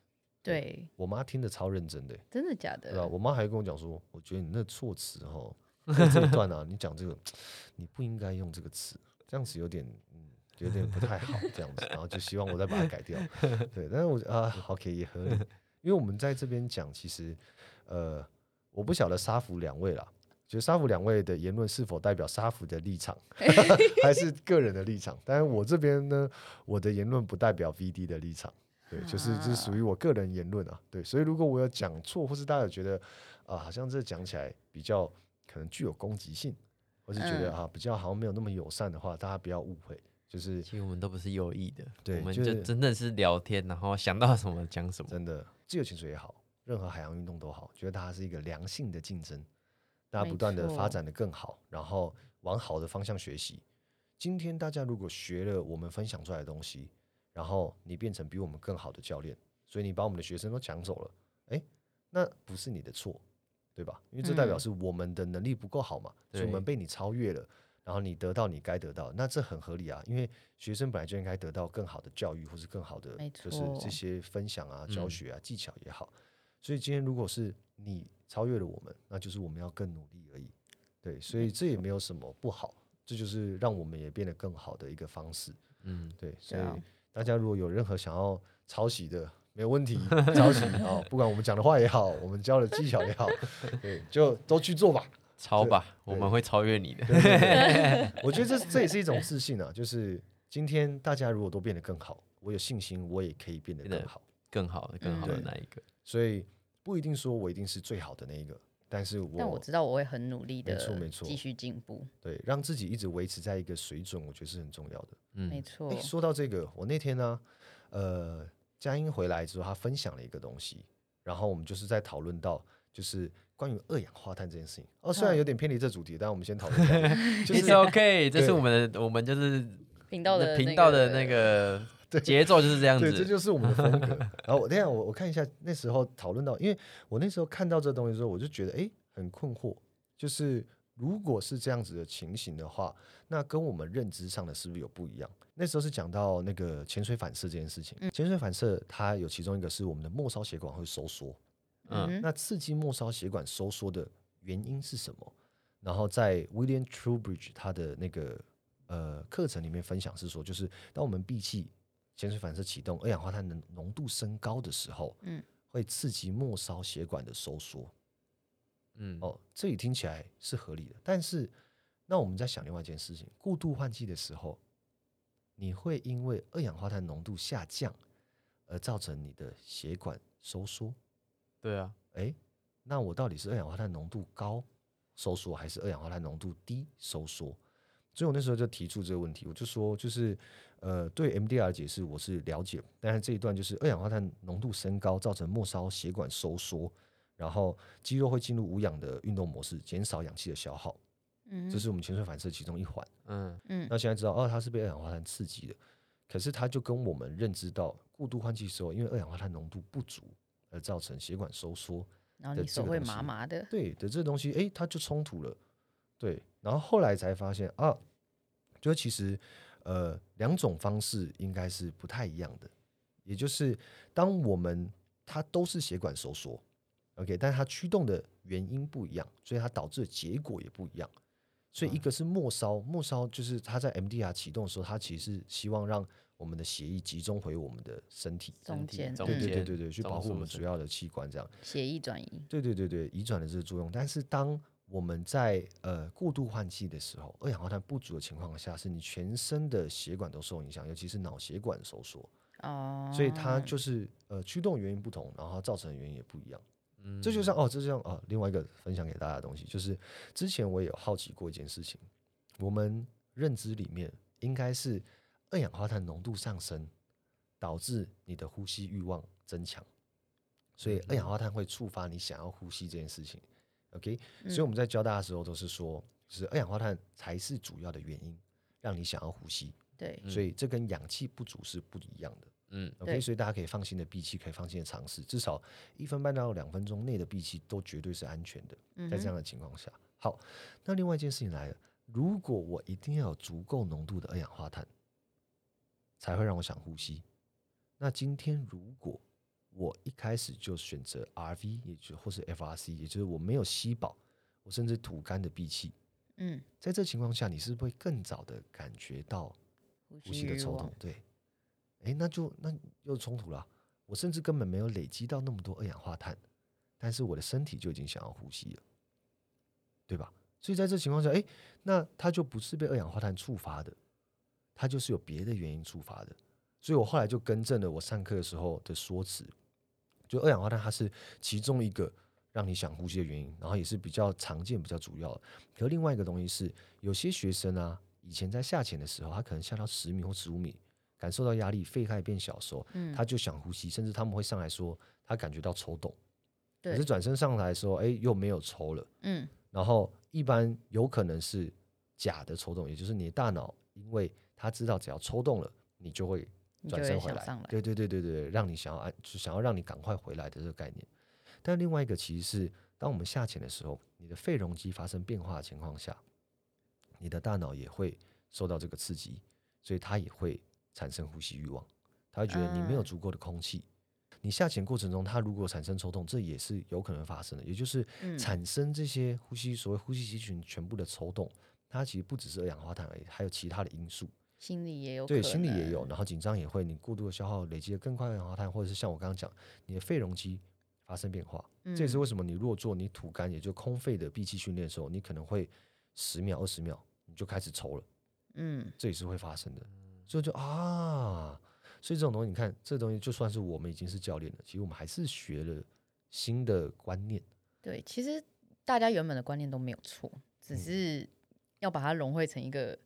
对，我妈听得超认真的、欸，真的假对吧、的？我妈还跟我讲说，我觉得你那措辞 哦，在这一段啊，你讲这个，你不应该用这个词，这样子有点，嗯，有点不太好，这样子，然后就希望我再把它改掉。对，但是我啊，OK 也合理，因为我们在这边讲，其实，呃，我不晓得沙福两位啦。就沙福两位的言论是否代表沙福的立场，还是个人的立场？但是我这边呢，我的言论不代表 VD 的立场，对，就是这是属于我个人言论啊，对。所以如果我有讲错，或是大家有觉得啊、好像这讲起来比较可能具有攻击性，或是觉得、嗯啊比较好像没有那么友善的话，大家不要误会，就是其实我们都不是有意的，对我们就就是真的是聊天，然后想到什么讲什么。真的自由潜水也好，任何海洋运动都好，觉得它是一个良性的竞争，大家没不断的错发展的更好，然后往好的方向学习。今天大家如果学了我们分享出来的东西，然后你变成比我们更好的教练，所以你把我们的学生都抢走了，诶，那不是你的错，对吧？因为这代表嗯是我们的能力不够好嘛，所以我们被你超越了。然后你得到你该得到，那这很合理啊，因为学生本来就应该得到更好的教育，或是更好的没，就是错这些分享啊、教嗯学啊、技巧也好。所以今天如果是你超越了我们，那就是我们要更努力而已。对，所以这也没有什么不好，这就是让我们也变得更好的一个方式。嗯，对，所对啊以大家如果有任何想要抄袭的，没有问题，抄袭啊、不管我们讲的话也好，我们教的技巧也好，对，就都去做吧。超对吧，我对们会超越你的。对对对我觉得这这也是一种自信啊，就是今天大家如果都变得更好，我有信心，我也可以变得变得更好。更好的、更好的嗯那一个。所以不一定说我一定是最好的那一个，但是我但我知道我会很努力的，没错没错继续进步，对让自己一直维持在一个水准，我觉得是很重要的。没嗯，错诶，说到这个，我那天呢、呃，佳音回来之后，她分享了一个东西，然后我们就是在讨论到，就是关于二氧化碳这件事情。哦，虽然嗯有点偏离这主题，但我们先讨论一 下，就 i 是 t OK，这对是我们的，我们就是频道的频道的 那个节奏就是这样对，这子，就是我们的风格。 然后我等一下我我看一下那时候讨论到，因为我那时候看到这东西的时候，我就觉得诶很困惑，就是如果是这样子的情形的话，那跟我们认知上的是不是有不一样？那时候是讲到那个潜水反射这件事情，潜水反射它有其中一个是我们的末梢血管会收缩，嗯哼那刺激末梢血管收缩的原因是什么？然后在 William Trowbridge 他的那个呃课程里面分享是说，就是当我们闭气潜水反射启动，二氧化碳的浓度升高的时候，嗯会刺激末梢血管的收缩。嗯，哦，这里听起来是合理的，但是那我们在想另外一件事情，过度换气的时候，你会因为二氧化碳浓度下降而造成你的血管收缩。对啊，诶，那我到底是二氧化碳浓度高收缩，还是二氧化碳浓度低收缩？所以我那时候就提出这个问题，我就说，就是呃，对 MDR 的解释我是了解，但是这一段就是二氧化碳浓度升高造成末梢血管收缩，然后肌肉会进入无氧的运动模式，减少氧气的消耗，嗯哼，这是我们潜水反射其中一环。嗯，嗯那现在知道哦，它是被二氧化碳刺激的，可是它就跟我们认知到过度换气时候，因为二氧化碳浓度不足而造成血管收缩，然后的你这手个会东麻西麻的，对的，这东西诶，它就冲突了，对。然后后来才发现啊，就其实呃两种方式应该是不太一样的，也就是当我们它都是血管收缩，OK，但它驱动的原因不一样，所以它导致的结果也不一样。所以一个是末梢，末梢就是它在 MDR 启动的时候，它其实是希望让我们的血液集中回我们的身体，中体间中对嗯对间对对对，去中保护我枢们神主要的器官这样。血液转移，对对对对，移转的这个作用。但是当我们在呃过度换气的时候，二氧化碳不足的情况下，是你全身的血管都受影响，尤其是脑血管收缩，哦，所以它就是呃驱动原因不同，然后它造成的原因也不一样。嗯这就像哦，这就像哦，另外一个分享给大家的东西，就是之前我也有好奇过一件事情，我们认知里面应该是二氧化碳浓度上升导致你的呼吸欲望增强，所以二氧化碳会触发你想要呼吸这件事情。OK，、所嗯以我们在教大家的时候都是说，就是二氧化碳才是主要的原因，让你想要呼吸，对，所以这跟氧气不足是不一样的。嗯 OK，嗯对所以大家可以放心的闭气，可以放心的尝试，至少一分半到两分钟内的闭气都绝对是安全的。嗯在这哼样的情况下，好，那另外一件事情来了，如果我一定要有足够浓度的二氧化碳，才会让我想呼吸。那今天如果我一开始就选择 RV，也就或是 FRC，也就是我没有吸饱，我甚至吐干的闭气，嗯，在这情况下，你是不是会更早的感觉到呼呼吸的欲抽望动，，对，哎，那就那又冲突了啊。我甚至根本没有累积到那么多二氧化碳，但是我的身体就已经想要呼吸了，对吧？所以在这情况下，哎，那它就不是被二氧化碳触发的，它就是有别的原因触发的。所以我后来就更正了我上课的时候的说辞，就二氧化碳它是其中一个让你想呼吸的原因，然后也是比较常见、比较主要的。可另外一个东西是，有些学生啊，以前在下潜的时候，他可能下到十米或十五米，感受到压力，肺开始变小的时候，嗯，他就想呼吸，甚至他们会上来说他感觉到抽动，可对是，转身上来说，哎，又没有抽了。嗯然后一般有可能是假的抽动，也就是你的大脑因为他知道只要抽动了，你就会你转就身会回想来，上来对对对对对，让你想要安，就想要让你赶快回来的这个概念。但另外一个其实是，当我们下潜的时候，你的肺容积发生变化的情况下，你的大脑也会受到这个刺激，所以它也会产生呼吸欲望，它会觉得你没有嗯足够的空气。你下潜过程中，它如果产生抽动，这也是有可能发生的。也就是嗯，产生这些呼吸所谓呼吸肌群全部的抽动，它其实不只是二氧化碳而已，还有其他的因素。心里也有，对，心理也有，，然后紧张也会，你过度的消耗累积的更快二氧化碳，或者是像我刚刚讲，你的肺容积发生变化，这也是嗯为什么你若做你吐干，也就空肺的闭气训练的时候，你可能会十秒、二十秒你就开始抽了，嗯，这也是会发生的。所以就啊，所以这种东西，你看这东西就算是我们已经是教练了，其实我们还是学了新的观念。对，其实大家原本的观念都没有错，嗯只是要把它融汇成一个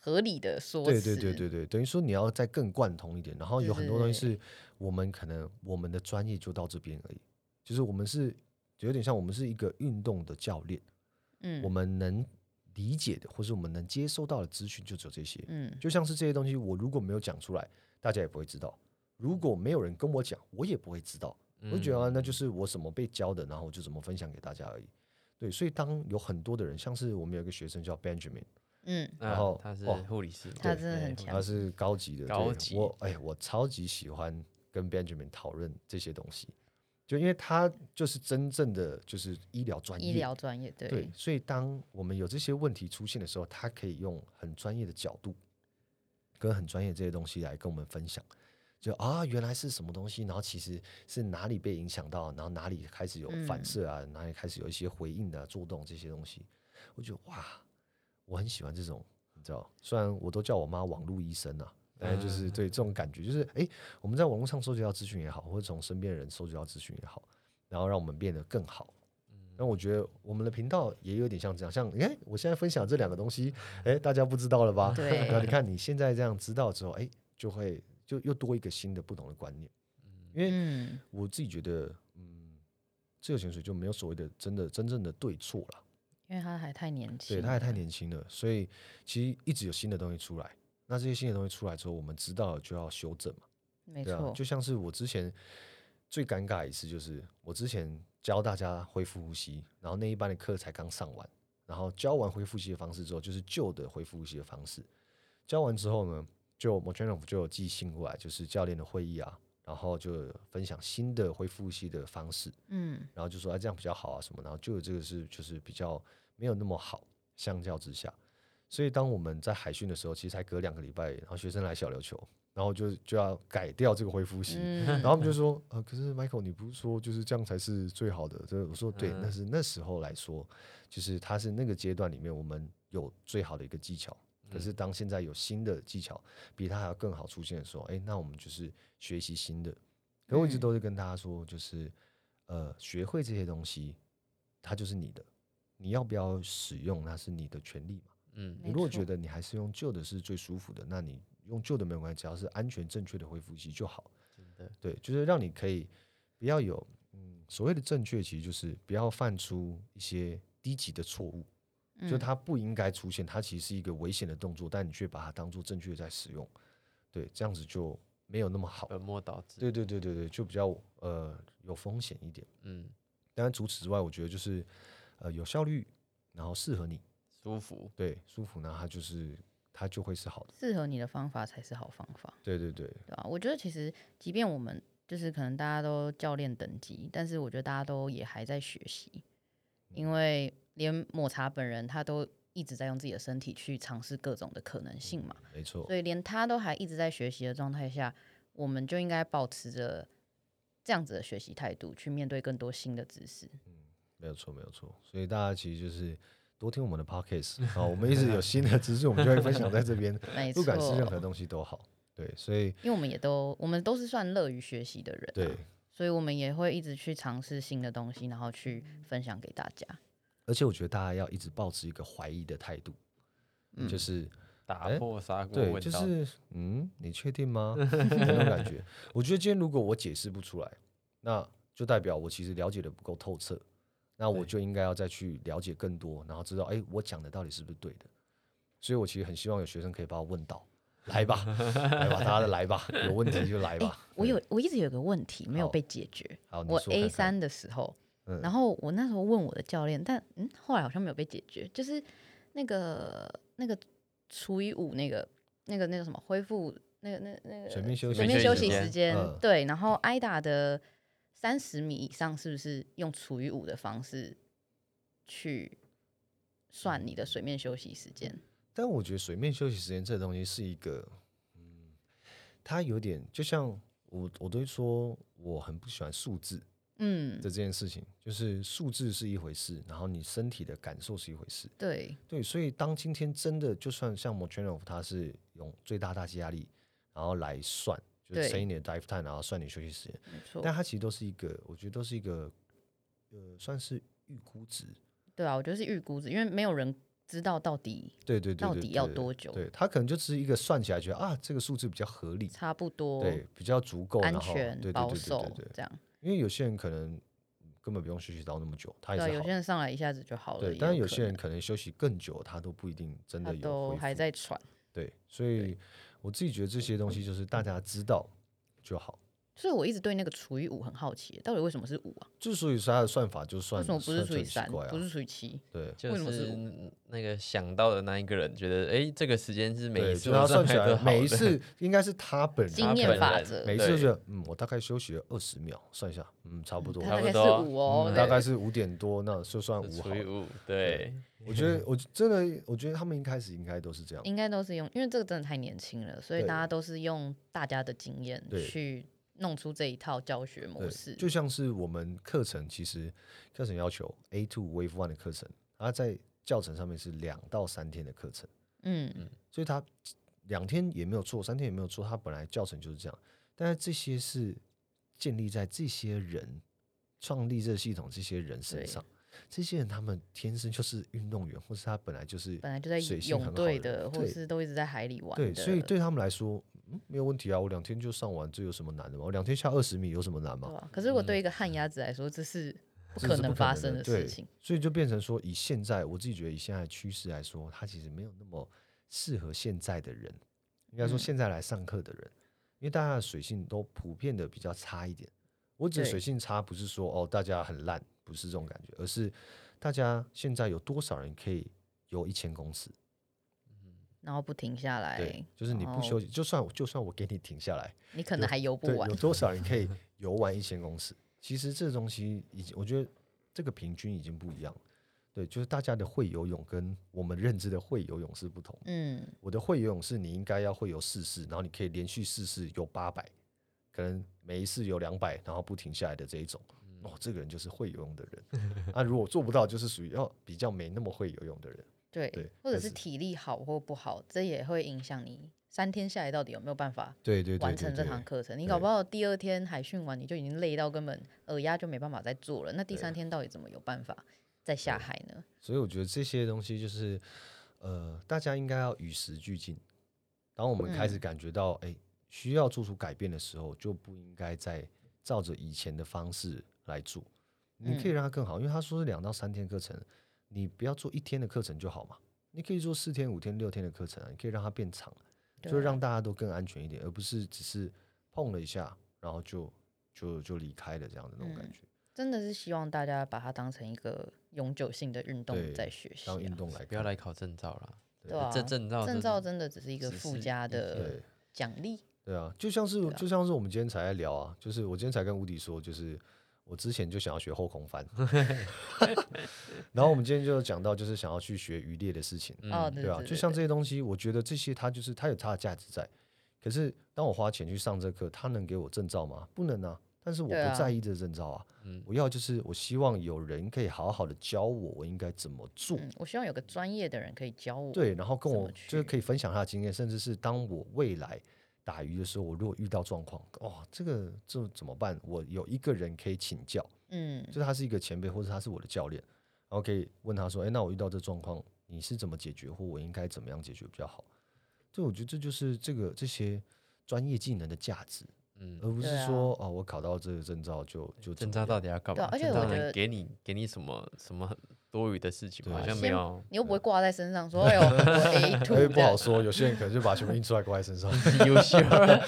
合理的说对辞。对对对对，等于说你要再更贯通一点，然后有对很对多东西对是我们可能我们的专业就到这边而已，就是我们是有点像我们是一个运动的教练，嗯，我们能理解的或是我们能接收到的资讯就只有这些，嗯就像是这些东西，我如果没有讲出来，大家也不会知道。如果没有人跟我讲，我也不会知道。嗯我就觉得、啊、嗯那就是我怎么被教的，然后我就怎么分享给大家而已。对，所以当有很多的人，像是我们有一个学生叫 Benjamin，嗯，嗯然后他是哇护理师嘛，他对真的很对强哎他是高级的，对高级我哎，我超级喜欢跟 Benjamin 讨论这些东西，就因为他就是真正的就是医疗专业，医疗专业对对，所以当我们有这些问题出现的时候，他可以用很专业的角度，跟很专业这些东西来跟我们分享。就啊，原来是什么东西，然后其实是哪里被影响到，然后哪里开始有反嗯射啊，哪里开始有一些回应的、啊、做动这些东西，我觉得哇，我很喜欢这种，你知道，虽然我都叫我妈网络医生啊，但是嗯就是对这种感觉，就是哎，诶我们在网络上收集到资讯也好，或者从身边的人收集到资讯也好，然后让我们变得更好。那我觉得我们的频道也有点像这样，像哎，我现在分享这两个东西，哎，大家不知道了 吧？对啊那你看你现在这样知道之后，哎，就会就又多一个新的不同的观念。因为嗯我自己觉得，嗯，自由潜水就没有所谓的真的真正的对错了，因为他还太年轻，对，他还太年轻了，所以其实一直有新的东西出来。那这些新的东西出来之后，我们知道了就要修正嘛。没对啊错，，就像是我之前最尴尬一次，就是我之前教大家恢复呼吸，然后那一班的课才刚上完，然后教完恢复呼吸的方式之后，就是旧的恢复呼吸的方式。教完之后呢，就 m o c h a n o 就有寄信过来，就是教练的会议啊，然后就分享新的恢复呼吸的方式，嗯然后就说啊这样比较好啊什么，然后就有这个是就是比较没有那么好，相较之下。所以当我们在海训的时候，其实才隔两个礼拜，然后学生来小琉球，然后就就要改掉这个恢复期，嗯然后我们就说，呃，可是 Michael，你不是说就是这样才是最好的？这我说对，嗯那是那时候来说，就是它是那个阶段里面我们有最好的一个技巧。可是当现在有新的技巧比它还要更好出现的时候，哎，那我们就是学习新的。可我一直嗯都是跟大家说，就是呃，学会这些东西，它就是你的，你要不要使用那是你的权利嘛。嗯你没如果错觉得你还是用旧的是最舒服的，那你用旧的没有关系，只要是安全正确的恢复期就好。真的对，就是让你可以不要有嗯所谓的正确，其实就是不要犯出一些低级的错误，就嗯它不应该出现，它其实是一个危险的动作，但你却把它当做正确在使用，对，这样子就没有那么好。本末倒置，对对对对对，就比较呃有风险一点。嗯，当然除此之外，我觉得就是呃有效率，然后适合你，舒服，对，舒服呢，它就是它就会是好的。嗯适合你的方法才是好方法。对对对，对啊，我觉得其实即便我们就是可能大家都教练等级，但是我觉得大家都也还在学习，嗯因为连抹茶本人他都一直在用自己的身体去尝试各种的可能性嘛，没错所，以连他都还一直在学习的状态下，我们就应该保持着这样子的学习态度去面对更多新的知识。没有错，没有错。所以大家其实就是多听我们的 podcast 啊，我们一直有新的资讯，我们就会分享在这边。没错不，管是任何东西都好，对，所以因为我们也都我们都是算乐于学习的人、啊对，，所以我们也会一直去尝试新的东西，然后去分享给大家。而且我觉得大家要一直保持一个怀疑的态度，嗯就是打哎破砂锅对，问就到底，是嗯，你确定吗？ 那种感觉。我觉得今天如果我解释不出来，那就代表我其实了解的不够透彻，那我对就应该要再去了解更多，然后知道哎，我讲的到底是不是对的。所以我其实很希望有学生可以把我问到，来吧，来吧，大家来吧，有问题就来吧。我对有我一直有个问题没有好被解决。好，你我说看 A 看三的时候，嗯然后我那时候问我的教练，但嗯，后来好像没有被解决，就是那个那个除以五那个那个那个什么恢复那个那那个全面休息，呃全面休息时时间嗯，对，然后挨打的三十米以上是不是用除以五的方式去算你的水面休息时间？但我觉得水面休息时间这东西是一个，嗯，它有点就像我我都会说我很不喜欢数字嗯的，这件事情，就是数字是一回事，然后你身体的感受是一回事。对，对，所以当今天真的就算像 m o c h e n o 他是用最大大气压力，然后来算，就是对乘以你的 dive time，然后算你休息时间，没错但，它其实都是一个，我觉得都是一个，呃，算是预估值。对啊，我觉得是预估值，因为没有人知道到底对对对，到对底对要对多久对他可能就只是一个算起来觉得啊，这个数字比较合理，差不多对，比较足够，安然后全对对保对对守对对，这样。因为有些人可能根本不用休息到那么久，他也对，啊是有好些人上来一下子就好了，对，也但是有有可些人能可能休息更久，他都不一定真他的有都恢还复在嗯喘，对，所以我自己觉得这些东西就是大家知道就好。所以我一直对那个除以五很好奇，到底为什么是五啊？之所以说它的算法就为算什么不是算除以很奇三，怪啊不是除以七？对就为什么是是那个想到的那一个人觉得，哎，这个时间是每一对，次就他我算安起排来的每一 次应该是他本经人本验法人则，每一次就对觉得嗯，我大概休息了二十秒，算一下，嗯，差不多，他大差概不是多五哦嗯，对大概是五点多，那就算就五好除以了。五，对，我觉得，我真的，我觉得他们一开始应该都是这样。应该都是用，因为这个真的太年轻了，所以对大家都是用大家的经验对去弄出这一套教学模对式。就像是我们课程，其实课程要求 A two Wave One 的课程，它在教程上面是两到三天的课程，嗯，所以它两天也没有错，三天也没有错，它本来教程就是这样。但是这些是建立在这些人创立这个系统这些人身对上，这些人他们天生就是运动员，或是他本来就是本来就在水性很泳好队的的，人或对者是都一直在海里玩对，的，所以对他们来说、嗯、没有问题啊，我两天就上完，这有什么难的吗？我两天下二十米有什么难对吗？吧？可是我对一个旱鸭子来说，这是嗯不这可是能不发可生的事对情。所以就变成说，以现在我自己觉得以现在的趋势来说，它其实没有那么适合现在的人，应该说嗯现在来上课的人，因为大家的水性都普遍的比较差一点。我指的对水性差不是说哦大家很烂，不是这种感觉，而是大家现在有多少人可以游一千公尺？然后不停下来对，，就是你不哦休息，就算就算我给你停下来，你可能还游不对，完有。多少人可以游玩一千公尺？ 其实这东西已经，我觉得这个平均已经不一样了。对，就是大家的会游泳跟我们认知的会游泳是不同。嗯，我的会游泳是你应该要会游四式，然后你可以连续四式游八百，可能每一次游两百，然后不停下来的这一种。哦，这个人就是会游泳的人。 啊，如果做不到，就是属于哦比较没那么会游泳的人。对对，或者还是是体力好或不好，这也会影响你三天下来到底有没有办法对对完成这堂课程。你对搞不好第二天海训完，你就已经累到根本耳压就没办法再做了。那第三天到底怎么有办法再下海呢？所以我觉得这些东西就是，呃，大家应该要与时俱进。当我们开始感觉到哎、诶需要做出改变的时候，就不应该再照着以前的方式来做。你可以让它更好，因为他说是两到三天课程，你不要做一天的课程就好嘛。你可以做四天、五天、六天的课程啊，你可以让它变长，对就啊让大家都更安全一点，而不是只是碰了一下，然后就就就离开了这样的那种感嗯觉。真的是希望大家把它当成一个永久性的运动对在学习、当运啊。动来看， 不要来考证照啦，对啊，这证照证这照是真的只是一个只附是加一的对。奖励。对啊，就像是、对啊就像是我们今天才在聊啊，就是我今天才跟吴迪说，就是我之前就想要学后空 翻，然后我们今天就讲到就是想要去学渔猎的事情，哦，对对啊，对就像对这些东西，我觉得这些它就是它有它的价值在，可是当我花钱去上这课，它能给我证照吗？不能啊，但是我对啊嗯不在意这证照啊，我要就是我希望有人可以好好的教我我应该怎么做，嗯，我希望有个专业的人可以教我。对，然后跟怎我么就是去可以分享他的经验，甚至是当我未来打鱼的时候，我如果遇到状况，哦，这个这怎么办？我有一个人可以请教，嗯，就是他是一个前辈，或者他是我的教练，然后可以问他说，哎，那我遇到这状况，你是怎么解决，或我应该怎么样解决比较好？对，我觉得这就是这个这些专业技能的价值，嗯，而不是对啊说哦，我考到这个证照就就怎证么 照样到底要干对嘛啊？而且证照我觉能得给你给你什么什么多余的事情对啊吗？好像先 没有。你又不会挂在身上说，哎呦，我 A 嗯哎图不好 说，有些人可能就把全部印出来挂在身上，优秀，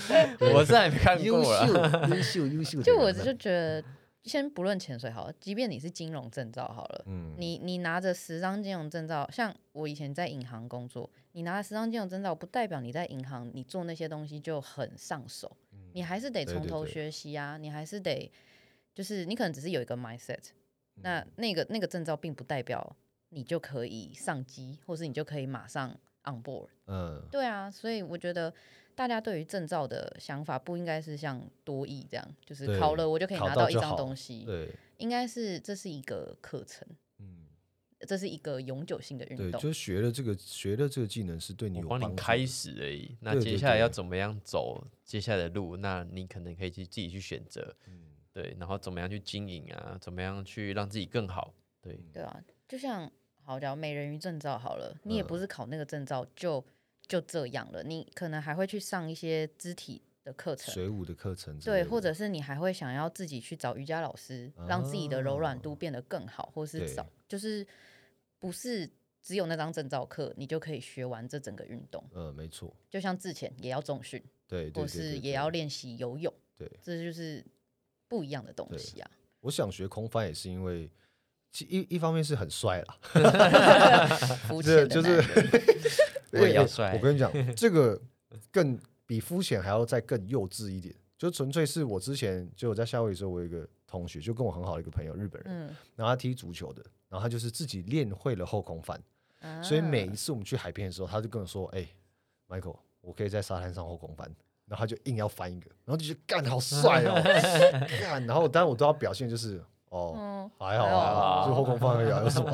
我是还没看过啊啦。优秀优秀的 就人啊我们就觉得，先不论潜水好了，即便你是金融证照好了，嗯你你拿着十张金融证照，像我以前在银行工作，你拿着十张金融证照，不代表你在银行你做那些东西就很上手，你还是嗯得对从对头对学习啊，你还是得，就是你可能只是有一个 mindset，、那嗯那个那个证照并不代表你就可以上机，或是你就可以马上 on board。嗯。对啊，所以我觉得大家对于证照的想法不应该是像多艺这样，就是对考了我就可以考拿到一就张好东西，对，应该是这是一个课程，嗯，这是一个永久性的运对，动就。是学了这个学了这个技能是对你我有帮帮你助开的始而已。那对接对下来要对怎么样走接下来的路？那你可能可以去自己去选嗯嗯择，对，然后怎么样去经营啊？怎么样去让自己更好？对，对啊，就像好，假如美人鱼证照好了，你也嗯不是考那个证照就、就这样了，你可能还会去上一些肢体的课程，水舞的课程之类对，的，或者是你还会想要自己去找瑜伽老师，让自己的柔软度变得更好，或是啊对找就是不是只有那张证照课你就可以学完这整个运动，呃，没错，就像之前也要重训，对，对对或是对也对要练习游泳，对。这就是不一样的东对 西啊。我想学空翻也是因为，其一一方面是很帅啦，肤这浅的就男是人我也要哎帅我跟你讲，这个更比肤浅还要再更幼稚一点，就纯粹是我之前就我在夏威夷的时候，我有一个同学，就跟我很好的一个朋友，日本人，嗯，然后他踢足球的，然后他就是自己练会了后空翻，嗯 所啊以每一次我们去海边的时候，他就跟我说：“哎、m i c h a e l 我可以在沙滩上后空翻。”然后他就硬要翻一个，然后就觉得干好帅 哦，干，然后当然我都要表现就是哦，嗯还好还好啊，啊就后空翻而已啊，有什 么？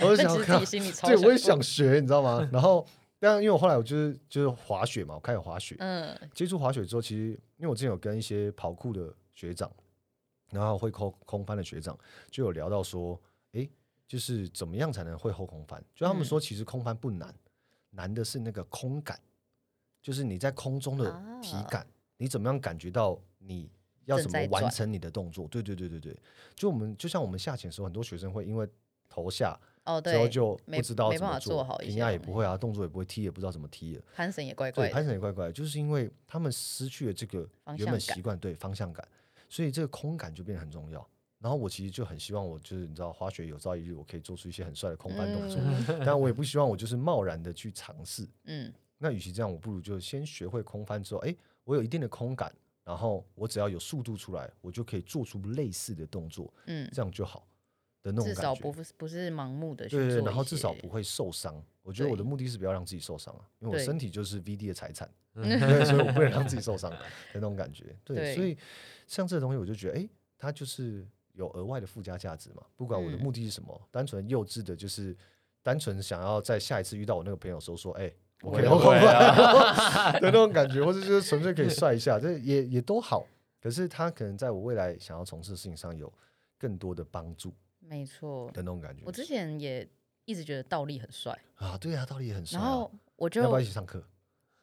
我就但想其实自看己，心里超对，我也想想学，你知道吗？然后，但因为我后来我就是就是滑雪嘛，我开始滑雪，嗯接触滑雪之后，其实因为我之前有跟一些跑酷的学长，然后会空空翻的学长，就有聊到说，诶，就是怎么样才能会后空翻？就他们嗯说，其实空翻不难，难的是那个空感，就是你在空中的啊体感，你怎么样感觉到你要怎正么在完转成你的动作？对对对对对，就我们就像我们下潜的时候，很多学生会因为头下哦之后对，就没不知道没怎办么法做好一平些压东也不西会啊，动作也不会，踢也不知道怎么踢了。潘神也怪怪对，的潘，神也怪怪的，就是因为他们失去了这个方原本向感习惯对方向感，所以这个空感就变得很重要。然后我其实就很希望我就是你知道滑雪有朝一日我可以做出一些很帅的空翻动作，嗯但我也不希望我就是贸然的去尝试。 嗯那与其这样，我不如就先学会空翻之后，哎，我有一定的空感，然后我只要有速度出来，我就可以做出类似的动作，嗯，这样就好的那种至感觉。少不是不是盲目的去对对，做，然后至少不，会受伤。我觉得我的对目的是不要让自己受伤啊，因为我对身体就是 VD 的财产，嗯对，所以我不能让自己受 伤的那种感觉。对，对所以像这个东西，我就觉得，哎，它就是有额外的附加价值嘛。不管我的嗯目的是什么，单纯幼稚的，就是单纯想要在下一次遇到我那个朋友的时候说，哎。我我可以也后空会啊 翻的那种感觉，或者就是纯粹可以帅一下，这也也都好。可是他可能在我未来想要从事的事情上有更多的帮助没错。的那种感觉。我之前也一直觉得倒立很帅，啊，对啊，道理也很帅、然啊。后我就要不要一起上 课？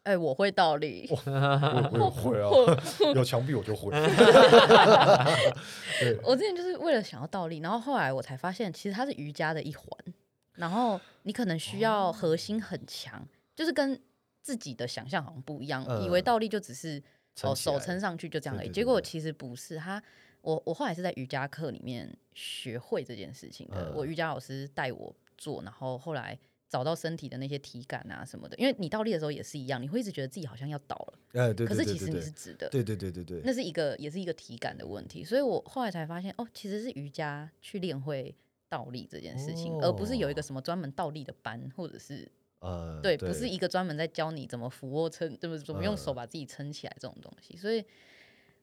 哎我会倒立，我我也会啊， 有墙壁我 就会。哎对，我之前就是为了想要倒立，然后后来我才发现，其实它是瑜伽的一环。然后你可能需要哦核心很强，就是跟自己的想象好像不一样，嗯以为倒立就只是撑哦起来手撑上去就这样而已。对对对结果其实不是，他我我后来是在瑜伽课里面学会这件事情的。嗯我瑜伽老师带我做，然后后来找到身体的那些体感啊什么的。因为你倒立的时候也是一样，你会一直觉得自己好像要倒了，哎，对可对是对其实你对是直的。对，对对对对对，那是一个也是一个体感的问题，所以我后来才发现，哦，其实是瑜伽去练会倒立这件事情，而不是有一个什么专门倒立的班，或者是哦呃，对，不是一个专门在教你怎么俯卧撑，怎么怎么用手嗯把自己撑起来这种东西。所以，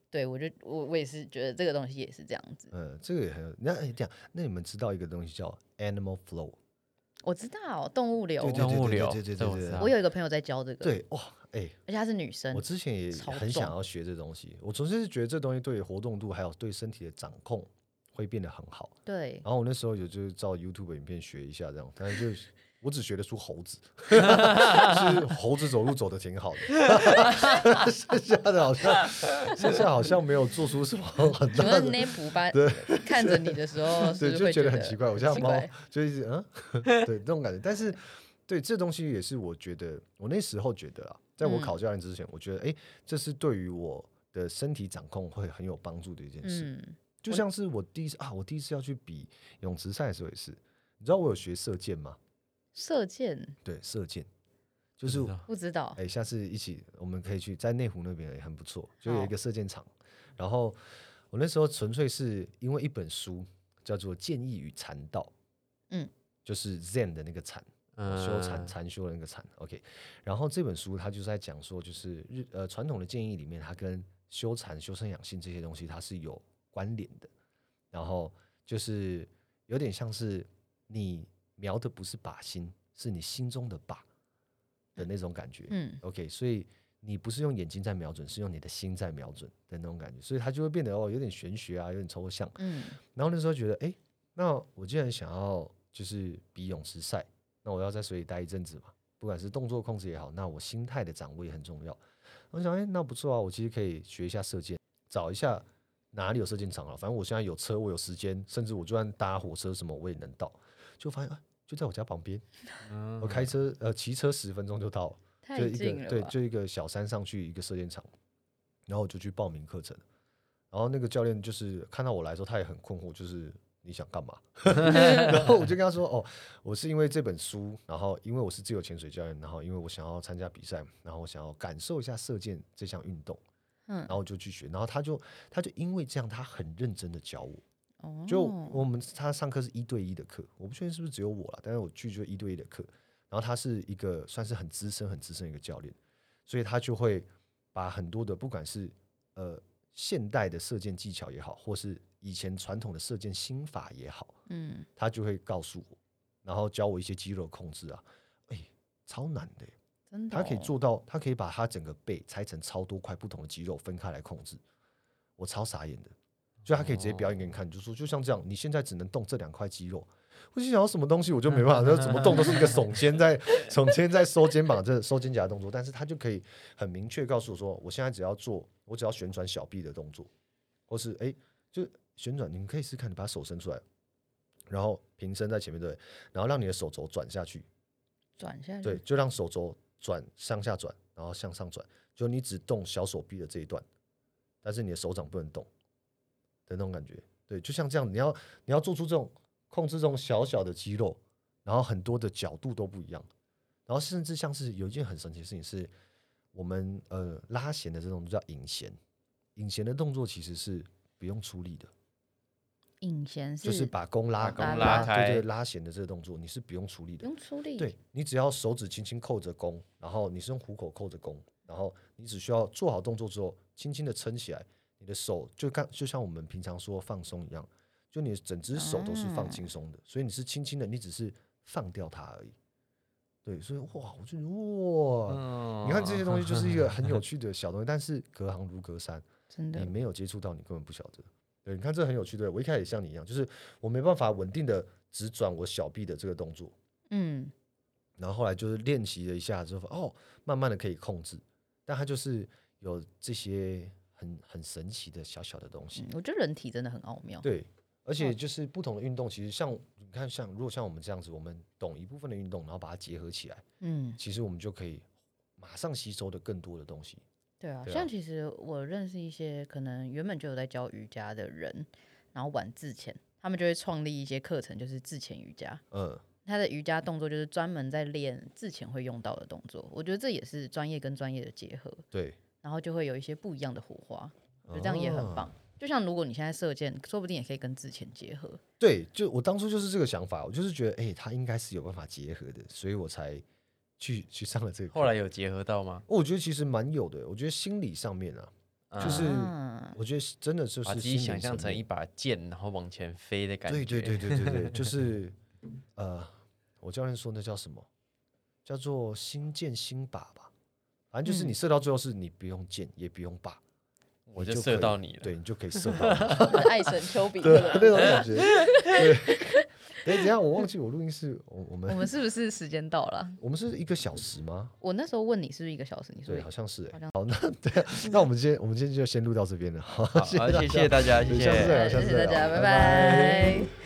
对我就我我也是觉得这个东西也是这样子。呃，这个也很有那哎这样，那你们知道一个东西叫 animal flow？我知道动物流哦对，对动物流，对对对对这我啊对知对道我有一个朋友在教这个，对，哇，哎，而且她是女生我，之前也超很想重要学这东西，我总是觉得这东西对活动度还有对身体的掌控会变得很好。对，然后我那时候有就是照 YouTube 影片学一下这样，但是 就是我只学得出猴子， 就是猴子走路走的挺好的，剩下的好像剩下好像没有做出什么很请大 问的。内普班对看着你的时候，对，是不就是会觉觉得很奇怪。我很家奇猫怪就一直嗯， 对那种感觉。但是，对这东西也是我觉得，我那时候觉得啊，在我嗯考教练之前，我觉得哎、诶这是对于我的身体掌控会很有帮助的一件事。嗯，就像是我第一次啊，我第一次要去比泳池赛的时候也是，你知道我有学射箭吗？射箭对，射箭，就不是知道不知道哎、下次一起我们可以去在内湖那边也很不错，就有好一个射箭场。然后我那时候纯粹是因为一本书叫做《建议与禅道》，嗯，就是 Zen 的那个禅，嗯修禅禅修的那个禅。OK，然后这本书它就是在讲说，就是日呃传统的建议里面，它跟修禅、修身养性这些东西它是有关联的。然后就是有点像是你瞄的不是靶心，是你心中的靶的那种感觉。嗯 OK，所以你不是用眼睛在瞄准，是用你的心在瞄准的那种感觉，所以它就会变得哦有点玄学啊，有点抽象。嗯然后那时候觉得，哎，那我既然想要就是比泳池赛，那我要在水里待一阵子嘛，不管是动作控制也好，那我心态的掌握也很重要。我想，哎、那不错啊，我其实可以学一下射箭，找一下哪里有射箭场啊。反正我现在有车，我有时间，甚至我就算搭火车什么我也能到。就发现啊，就在我家旁边，嗯我开车呃骑车十分钟就到了。就太一近个了对，吧？就一个小山上去一个射箭场，然后我就去报名课程，然后那个教练就是看到我来的时候，他也很困惑，就是你想干嘛？ 然后我就跟他说，哦，我是因为这本书，然后因为我是自由潜水教练，然后因为我想要参加比赛，然后我想要感受一下射箭这项运动，嗯然，后我就去学，然后他就他就因为这样，他很认真的教我，哦，就我们他上课是一对一的课，我不确定是不是只有我了，但是我去就一对一的课。然后他是一个算是很资深、很资深的一个教练，所以他就会把很多的不管是呃现代的射箭技巧也好，或是以前传统的射箭心法也好，嗯，他就会告诉我，然后教我一些肌肉控制啊，哎、超难的、真的、哦他可以，做到，他可以把他整个背拆成超多块不同的肌肉分开来控制，我超傻眼的。就他可以直接表演给你看，你就说就像这样，你现在只能动这两块肌肉。我心想要什么东西，我就没 办法，他怎么动都是一个 耸肩在耸肩在收肩膀这收肩胛的动作，但是他就可以很明确告诉我说，我现在只要做，我只要旋转小臂的动作，或是哎、就旋转，你们可以试试看，你把手伸出来，然后平伸在前面对不对，然后让你的手肘转下去，转嗯下去，对，就让手肘转向下转，然后向上转，就你只动小手臂的这一段，但是你的手掌不能动的那种感觉。对，就像这样，你要你要做出这种控制这种小小的肌肉，然后很多的角度都不一样，然后甚至像是有一件很神奇的事情是，我们呃拉弦的这种叫引弦，引弦的动作其实是不用出力的，引弦是就是把弓拉把弓拉开对对，拉弦的这个动作你是不用出力不的，用出力，对，你只要手指轻轻扣着弓，然后你是用虎口扣着弓，然后你只需要做好动作之后，轻轻的撑起来，你的手就刚就像我们平常说放松一样，就你的整只手都是放嗯轻松的，所以你是轻轻的，你只是放掉它而已。对，所以哇，我就觉得哇，嗯你看这些东西就是一个很有趣的 小东西，但是隔行如隔山，真你的，哎没有接触到，你根本不晓得。对，你看这很有趣，对不对我一开始也像你一样，就是我没办法稳定的只转我小臂的这个动作，嗯，然后后来就是练习了一下之后，哦，慢慢的可以控制，但它就是有这些很很神奇的小小的东西嗯。我觉得人体真的很奥妙，对，而且就是不同的运动，其实像你看，像如果像我们这样子，我们懂一部分的运动，然后把它结合起来，嗯，其实我们就可以马上吸收的更多的东西。对啊，对啊像其实我认识一些可能原本就有在教瑜伽的人，然后晚自前，他们就会创立一些课程，就是自前瑜伽。嗯，他的瑜伽动作就是专门在练自前会用到的动作，我觉得这也是专业跟专业的结合，对，然后就会有一些不一样的火花，我觉得这样也很哦棒。就像如果你现在射箭，说不定也可以跟自前结合。对，就我当初就是这个想法，我就是觉得，哎、它应该是有办法结合的，所以我才去去上了这个课。 后来有结合到吗？哦，我觉得其实蛮有的，我觉得心理上面啊， 就是嗯，我觉得真的就是把自心己灵想象层成面一把剑，然后往前飞的感觉。对对对对 对对，就是呃，我教练说那叫什么？叫做心箭心靶吧。反正就是你射到最后是你不用箭也不用 靶，我你就就射可以到你了。对你就可以 射到你爱神丘比对特。那种感觉。对，哎，等一下我忘记我录音是我我我们们是不是时间到了？我们是一个小时吗？我那时候问你是不是一个小时，你说对，好像是哎、好，那对啊，那我们今天 我们今天就先录到这边了。好，嗯好，好谢谢大家，谢下次再谢聊，下次谢谢再大聊家，拜拜拜